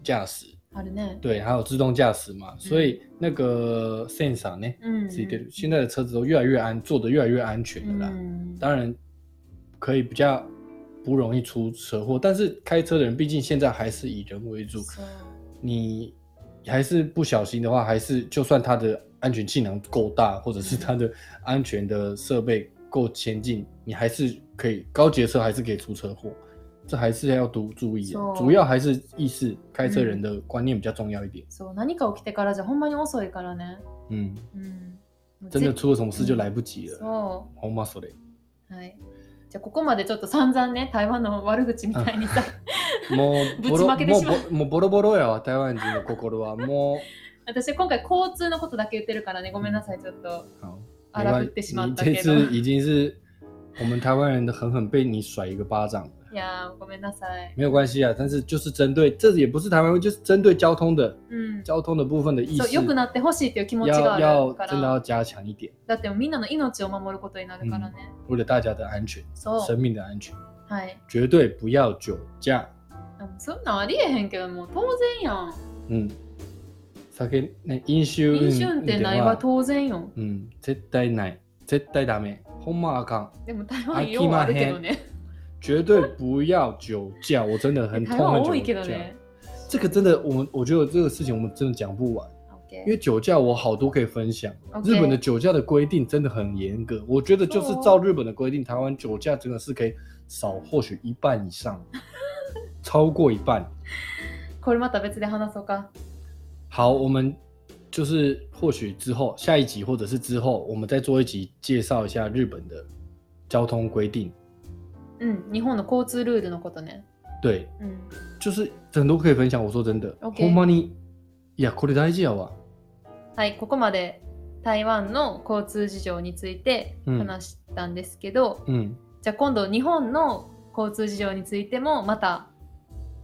[SPEAKER 1] 驾驶，
[SPEAKER 2] あるね。
[SPEAKER 1] 对，还有自动驾驶嘛，所以那个 sensor 呢，
[SPEAKER 2] うん
[SPEAKER 1] 自己对，现在的车子都越来越安，做的越来越安全
[SPEAKER 2] うん
[SPEAKER 1] 了啦。当然，可以比较不容易出车祸，但是开车的人毕竟现在还是以人为主，
[SPEAKER 2] そう
[SPEAKER 1] 你还是不小心的话，还是就算它的安全气囊够大，或者是它的安全的设备够先进，你还是可以高级的车还是可以出车祸，这还是要多注意啊。
[SPEAKER 2] So-
[SPEAKER 1] 主要还是意识，开车人的观念比较重要一点。
[SPEAKER 2] そう何か起きてからじゃほんまに遅いからね。
[SPEAKER 1] 嗯，
[SPEAKER 2] うん、
[SPEAKER 1] 真的出了什么事就来不及了。
[SPEAKER 2] そう
[SPEAKER 1] ほんまそれ。
[SPEAKER 2] はい。じゃあここまでちょっと散々ね台湾の悪口みたいにさ
[SPEAKER 1] もうボ
[SPEAKER 2] ぶちま
[SPEAKER 1] ロ
[SPEAKER 2] けて
[SPEAKER 1] もう
[SPEAKER 2] しまう
[SPEAKER 1] ボもうボロボロやわ台湾人の心はも
[SPEAKER 2] 私今回交通のことだけ言ってるからねごめんなさいちょっと
[SPEAKER 1] う。好
[SPEAKER 2] 荒ぶってしま
[SPEAKER 1] 你
[SPEAKER 2] った
[SPEAKER 1] 这
[SPEAKER 2] けど
[SPEAKER 1] 次已经是我们台湾人的狠狠被你甩一个巴掌了。
[SPEAKER 2] いやーごめんなさい
[SPEAKER 1] 没有关系啊，但是就是针对，这也不是台湾，就是针对交通的
[SPEAKER 2] うん
[SPEAKER 1] 交通的部分的意
[SPEAKER 2] そう
[SPEAKER 1] 识，
[SPEAKER 2] 良くなってほしいっていう気持ちが
[SPEAKER 1] 要
[SPEAKER 2] あ
[SPEAKER 1] 要
[SPEAKER 2] るか
[SPEAKER 1] 真的要
[SPEAKER 2] ら
[SPEAKER 1] 加强一点，
[SPEAKER 2] だってみんなの命を守ることになるからね、
[SPEAKER 1] 为了大家的安全、
[SPEAKER 2] そ
[SPEAKER 1] 生
[SPEAKER 2] う
[SPEAKER 1] 命的安全，
[SPEAKER 2] はい
[SPEAKER 1] 绝对不要酒驾。
[SPEAKER 2] でもそんなんありえへんけどもう当然やん
[SPEAKER 1] 嗯，酒那飲酒運
[SPEAKER 2] 飲酒運転ないは当然よ
[SPEAKER 1] 嗯，絶対ない、絶対ダメ、ほんまあかん。
[SPEAKER 2] でも台湾ようあるけどね
[SPEAKER 1] 绝对不要酒驾，我真的很
[SPEAKER 2] 台
[SPEAKER 1] 痛
[SPEAKER 2] 湾多
[SPEAKER 1] 恨
[SPEAKER 2] いけ
[SPEAKER 1] 酒
[SPEAKER 2] ど
[SPEAKER 1] 驾。
[SPEAKER 2] ね
[SPEAKER 1] 这个真的，我们我觉得这个事情我们真的讲不完，因
[SPEAKER 2] OK
[SPEAKER 1] 为酒驾我好多可以分享。
[SPEAKER 2] OK
[SPEAKER 1] 日本的酒驾的规定真的很严格，我觉得就是
[SPEAKER 2] 哦
[SPEAKER 1] 照日本的规定，台湾酒驾真的是可以少或许一半以 上，超过一半。
[SPEAKER 2] これまた別で話そうか
[SPEAKER 1] 好，我们就是或许之后下一集或者是之后，我们再做一集介绍一下日本的交通规定。
[SPEAKER 2] うん日本の交通ルールのことね
[SPEAKER 1] 对，
[SPEAKER 2] うん
[SPEAKER 1] 就是很多可以分享。我说真的，
[SPEAKER 2] OK
[SPEAKER 1] ほんまにいやこれ大事やわ。
[SPEAKER 2] はい、ここまで台湾の交通事情について話したんですけど、
[SPEAKER 1] 嗯，
[SPEAKER 2] じゃあ今度日本の交通事情についてもまた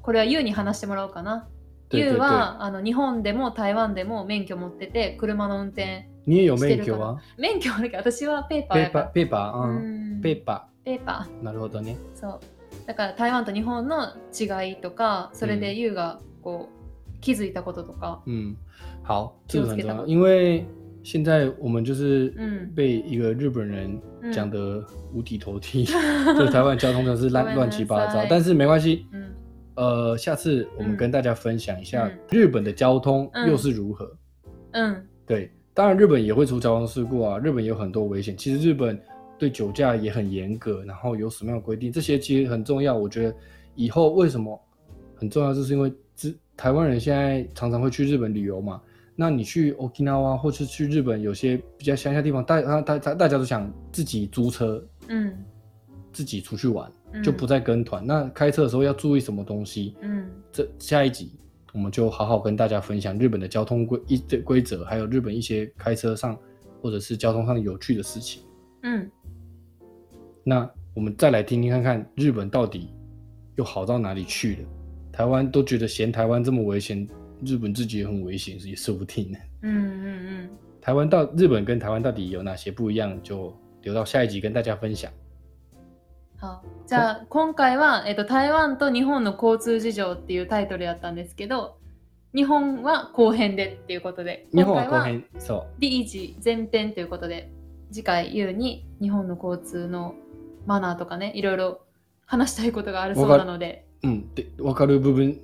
[SPEAKER 2] これは YOU に話してもらおうかな。
[SPEAKER 1] 对
[SPEAKER 2] YOU
[SPEAKER 1] 对对，
[SPEAKER 2] はあの日本でも台湾でも免許持ってて車の運転
[SPEAKER 1] 你也有免許は？
[SPEAKER 2] 免許あるけど私はペーパー
[SPEAKER 1] ペ
[SPEAKER 2] や
[SPEAKER 1] ーパー
[SPEAKER 2] から
[SPEAKER 1] 啊ペーパー、
[SPEAKER 2] う
[SPEAKER 1] うん、
[SPEAKER 2] ん
[SPEAKER 1] ペーパ
[SPEAKER 2] ペーパ
[SPEAKER 1] ー。なるほどね。
[SPEAKER 2] ーそうだから台湾と日本の違いとかそれ
[SPEAKER 1] う
[SPEAKER 2] で
[SPEAKER 1] ん
[SPEAKER 2] YOU がこう気づいたこととか、
[SPEAKER 1] 嗯，好，
[SPEAKER 2] 気
[SPEAKER 1] 这
[SPEAKER 2] を
[SPEAKER 1] 个很
[SPEAKER 2] つ
[SPEAKER 1] 重
[SPEAKER 2] けた
[SPEAKER 1] 要，
[SPEAKER 2] 方が
[SPEAKER 1] 因为现在我们就是
[SPEAKER 2] 嗯
[SPEAKER 1] 被一个日本人
[SPEAKER 2] うん
[SPEAKER 1] 讲得五体投地，
[SPEAKER 2] 嗯
[SPEAKER 1] 就是台湾交通真的是
[SPEAKER 2] ごめ
[SPEAKER 1] 乱
[SPEAKER 2] ん
[SPEAKER 1] 乱
[SPEAKER 2] な
[SPEAKER 1] 七八糟
[SPEAKER 2] さ。い
[SPEAKER 1] 但是没关系，
[SPEAKER 2] うん
[SPEAKER 1] 呃，下次我们
[SPEAKER 2] 嗯
[SPEAKER 1] 跟大家分享一下
[SPEAKER 2] 嗯
[SPEAKER 1] 日本的交通
[SPEAKER 2] 嗯
[SPEAKER 1] 又是如何。
[SPEAKER 2] うん
[SPEAKER 1] 对，当然日本也会出交通事故啊，日本也有很多危险。其实日本对酒驾也很严格，然后有什么样的规定，这些其实很重要。我觉得以后为什么很重要，就是因为之台湾人现在常常会去日本旅游嘛。那你去 Okinawa 或是去日本有些比较乡下地方，大大大大大家都想自己租车，
[SPEAKER 2] うん
[SPEAKER 1] 自己出去玩，
[SPEAKER 2] うん
[SPEAKER 1] 就不再跟团。那开车的时候要注意什么东西？
[SPEAKER 2] うん
[SPEAKER 1] 这下一集我们就好好跟大家分享日本的交通规一的规则，还有日本一些开车上或者是交通上有趣的事情。
[SPEAKER 2] うん
[SPEAKER 1] 那我们再来听听看看日本到底又好到哪里去了，台湾都觉得嫌台湾这么危险，日本自己也很危险，也说不定呢。
[SPEAKER 2] うんうん
[SPEAKER 1] 台湾到日本跟台湾到底有哪些不一样，就留到下一集跟大家分享。
[SPEAKER 2] うん。はじゃあ今回は、えっと、台湾と日本の交通事情っていうタイトルやったんですけど日本は後編でっていうことで
[SPEAKER 1] 日
[SPEAKER 2] 今
[SPEAKER 1] 本は
[SPEAKER 2] 回
[SPEAKER 1] 後
[SPEAKER 2] は
[SPEAKER 1] 編、そう。
[SPEAKER 2] リーチ前編ということで次回ゆうに日本の交通のマナーとかねいろいろ話したいことがあるそうなので、
[SPEAKER 1] うん、で分かる部分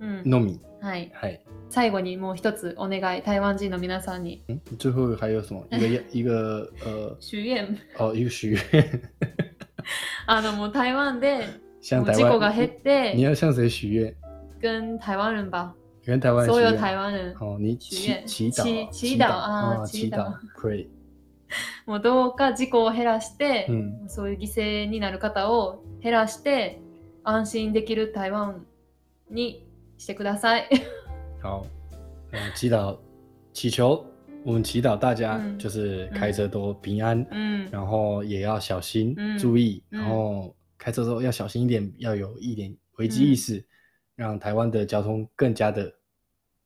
[SPEAKER 2] うん
[SPEAKER 1] のみ。
[SPEAKER 2] はい、
[SPEAKER 1] はい。
[SPEAKER 2] 最後にもう一つお願い台湾人の皆さんに
[SPEAKER 1] 嗯，最后还有什么？一个一个呃
[SPEAKER 2] 主演
[SPEAKER 1] 哦，一个许愿，
[SPEAKER 2] あのもう台湾で
[SPEAKER 1] 向
[SPEAKER 2] もう
[SPEAKER 1] 台
[SPEAKER 2] 事故が
[SPEAKER 1] 湾
[SPEAKER 2] 減っ
[SPEAKER 1] 你，你
[SPEAKER 2] て
[SPEAKER 1] 要向谁许愿？
[SPEAKER 2] 跟台湾人吧
[SPEAKER 1] 跟台湾
[SPEAKER 2] 所有
[SPEAKER 1] 许
[SPEAKER 2] 台
[SPEAKER 1] 愿。
[SPEAKER 2] 湾人
[SPEAKER 1] 哦，你
[SPEAKER 2] 许
[SPEAKER 1] 祈
[SPEAKER 2] 愿
[SPEAKER 1] 祈祷，哦
[SPEAKER 2] 祈祈祷啊
[SPEAKER 1] 祈
[SPEAKER 2] 祈
[SPEAKER 1] 祷
[SPEAKER 2] 祷
[SPEAKER 1] ，pray。
[SPEAKER 2] もうどうか事故を減らして、
[SPEAKER 1] 嗯，
[SPEAKER 2] そういう犠牲になる方を減らして安心できる台湾にしてください。
[SPEAKER 1] 好，嗯，祈祷，祈求我们祈祷大家
[SPEAKER 2] 嗯
[SPEAKER 1] 就是开车都平安，
[SPEAKER 2] うん
[SPEAKER 1] 然后也要小心、
[SPEAKER 2] 嗯
[SPEAKER 1] 注意，
[SPEAKER 2] 嗯
[SPEAKER 1] 然后开车的时候要小心一点，要有一点危
[SPEAKER 2] 嗯
[SPEAKER 1] 机意识，让台湾的交通更加的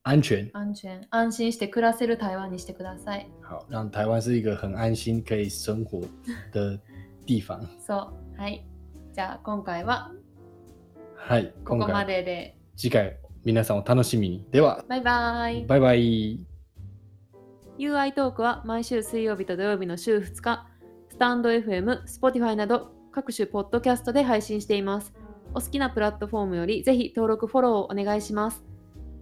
[SPEAKER 1] 安全。
[SPEAKER 2] 安全安心して暮らせる台湾にしてください。
[SPEAKER 1] 好，让台湾是一个很安心可以生活的地 方。
[SPEAKER 2] そう。はい。じゃあ今回は
[SPEAKER 1] はい、
[SPEAKER 2] こ
[SPEAKER 1] 今
[SPEAKER 2] こま
[SPEAKER 1] 回
[SPEAKER 2] でで。
[SPEAKER 1] 次回皆さんを楽しみに。では、
[SPEAKER 2] バイバイ。
[SPEAKER 1] バイバイ。
[SPEAKER 2] UI トークは毎週水曜日と土曜日の週2日、スタンド FM、Spotify など各種ポッドキャストで配信しています。お好きなプラットフォームよりぜひ登録、フォローをお願いします。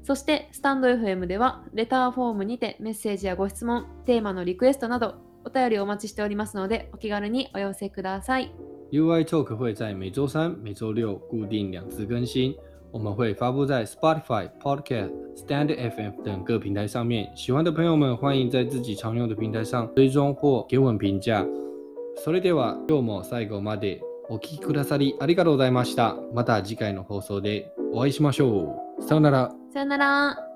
[SPEAKER 2] そして、スタンド FM ではレターフォームにてメッセージやご質問、テーマのリクエストなどお便りをお待ちしておりますのでお気軽にお寄せください。
[SPEAKER 1] UI Talk 会在每周三、每周六固定两次更新，我们会发布在 Spotify、Podcast、Stand FM 等各平台上面。喜欢的朋友们，欢迎在自己常用的平台上追踪或给我们评价。それでは今日も最後までお聞きくださりありがとうございました。また次回の放送でお会いしましょう。さようなら。
[SPEAKER 2] さよなら。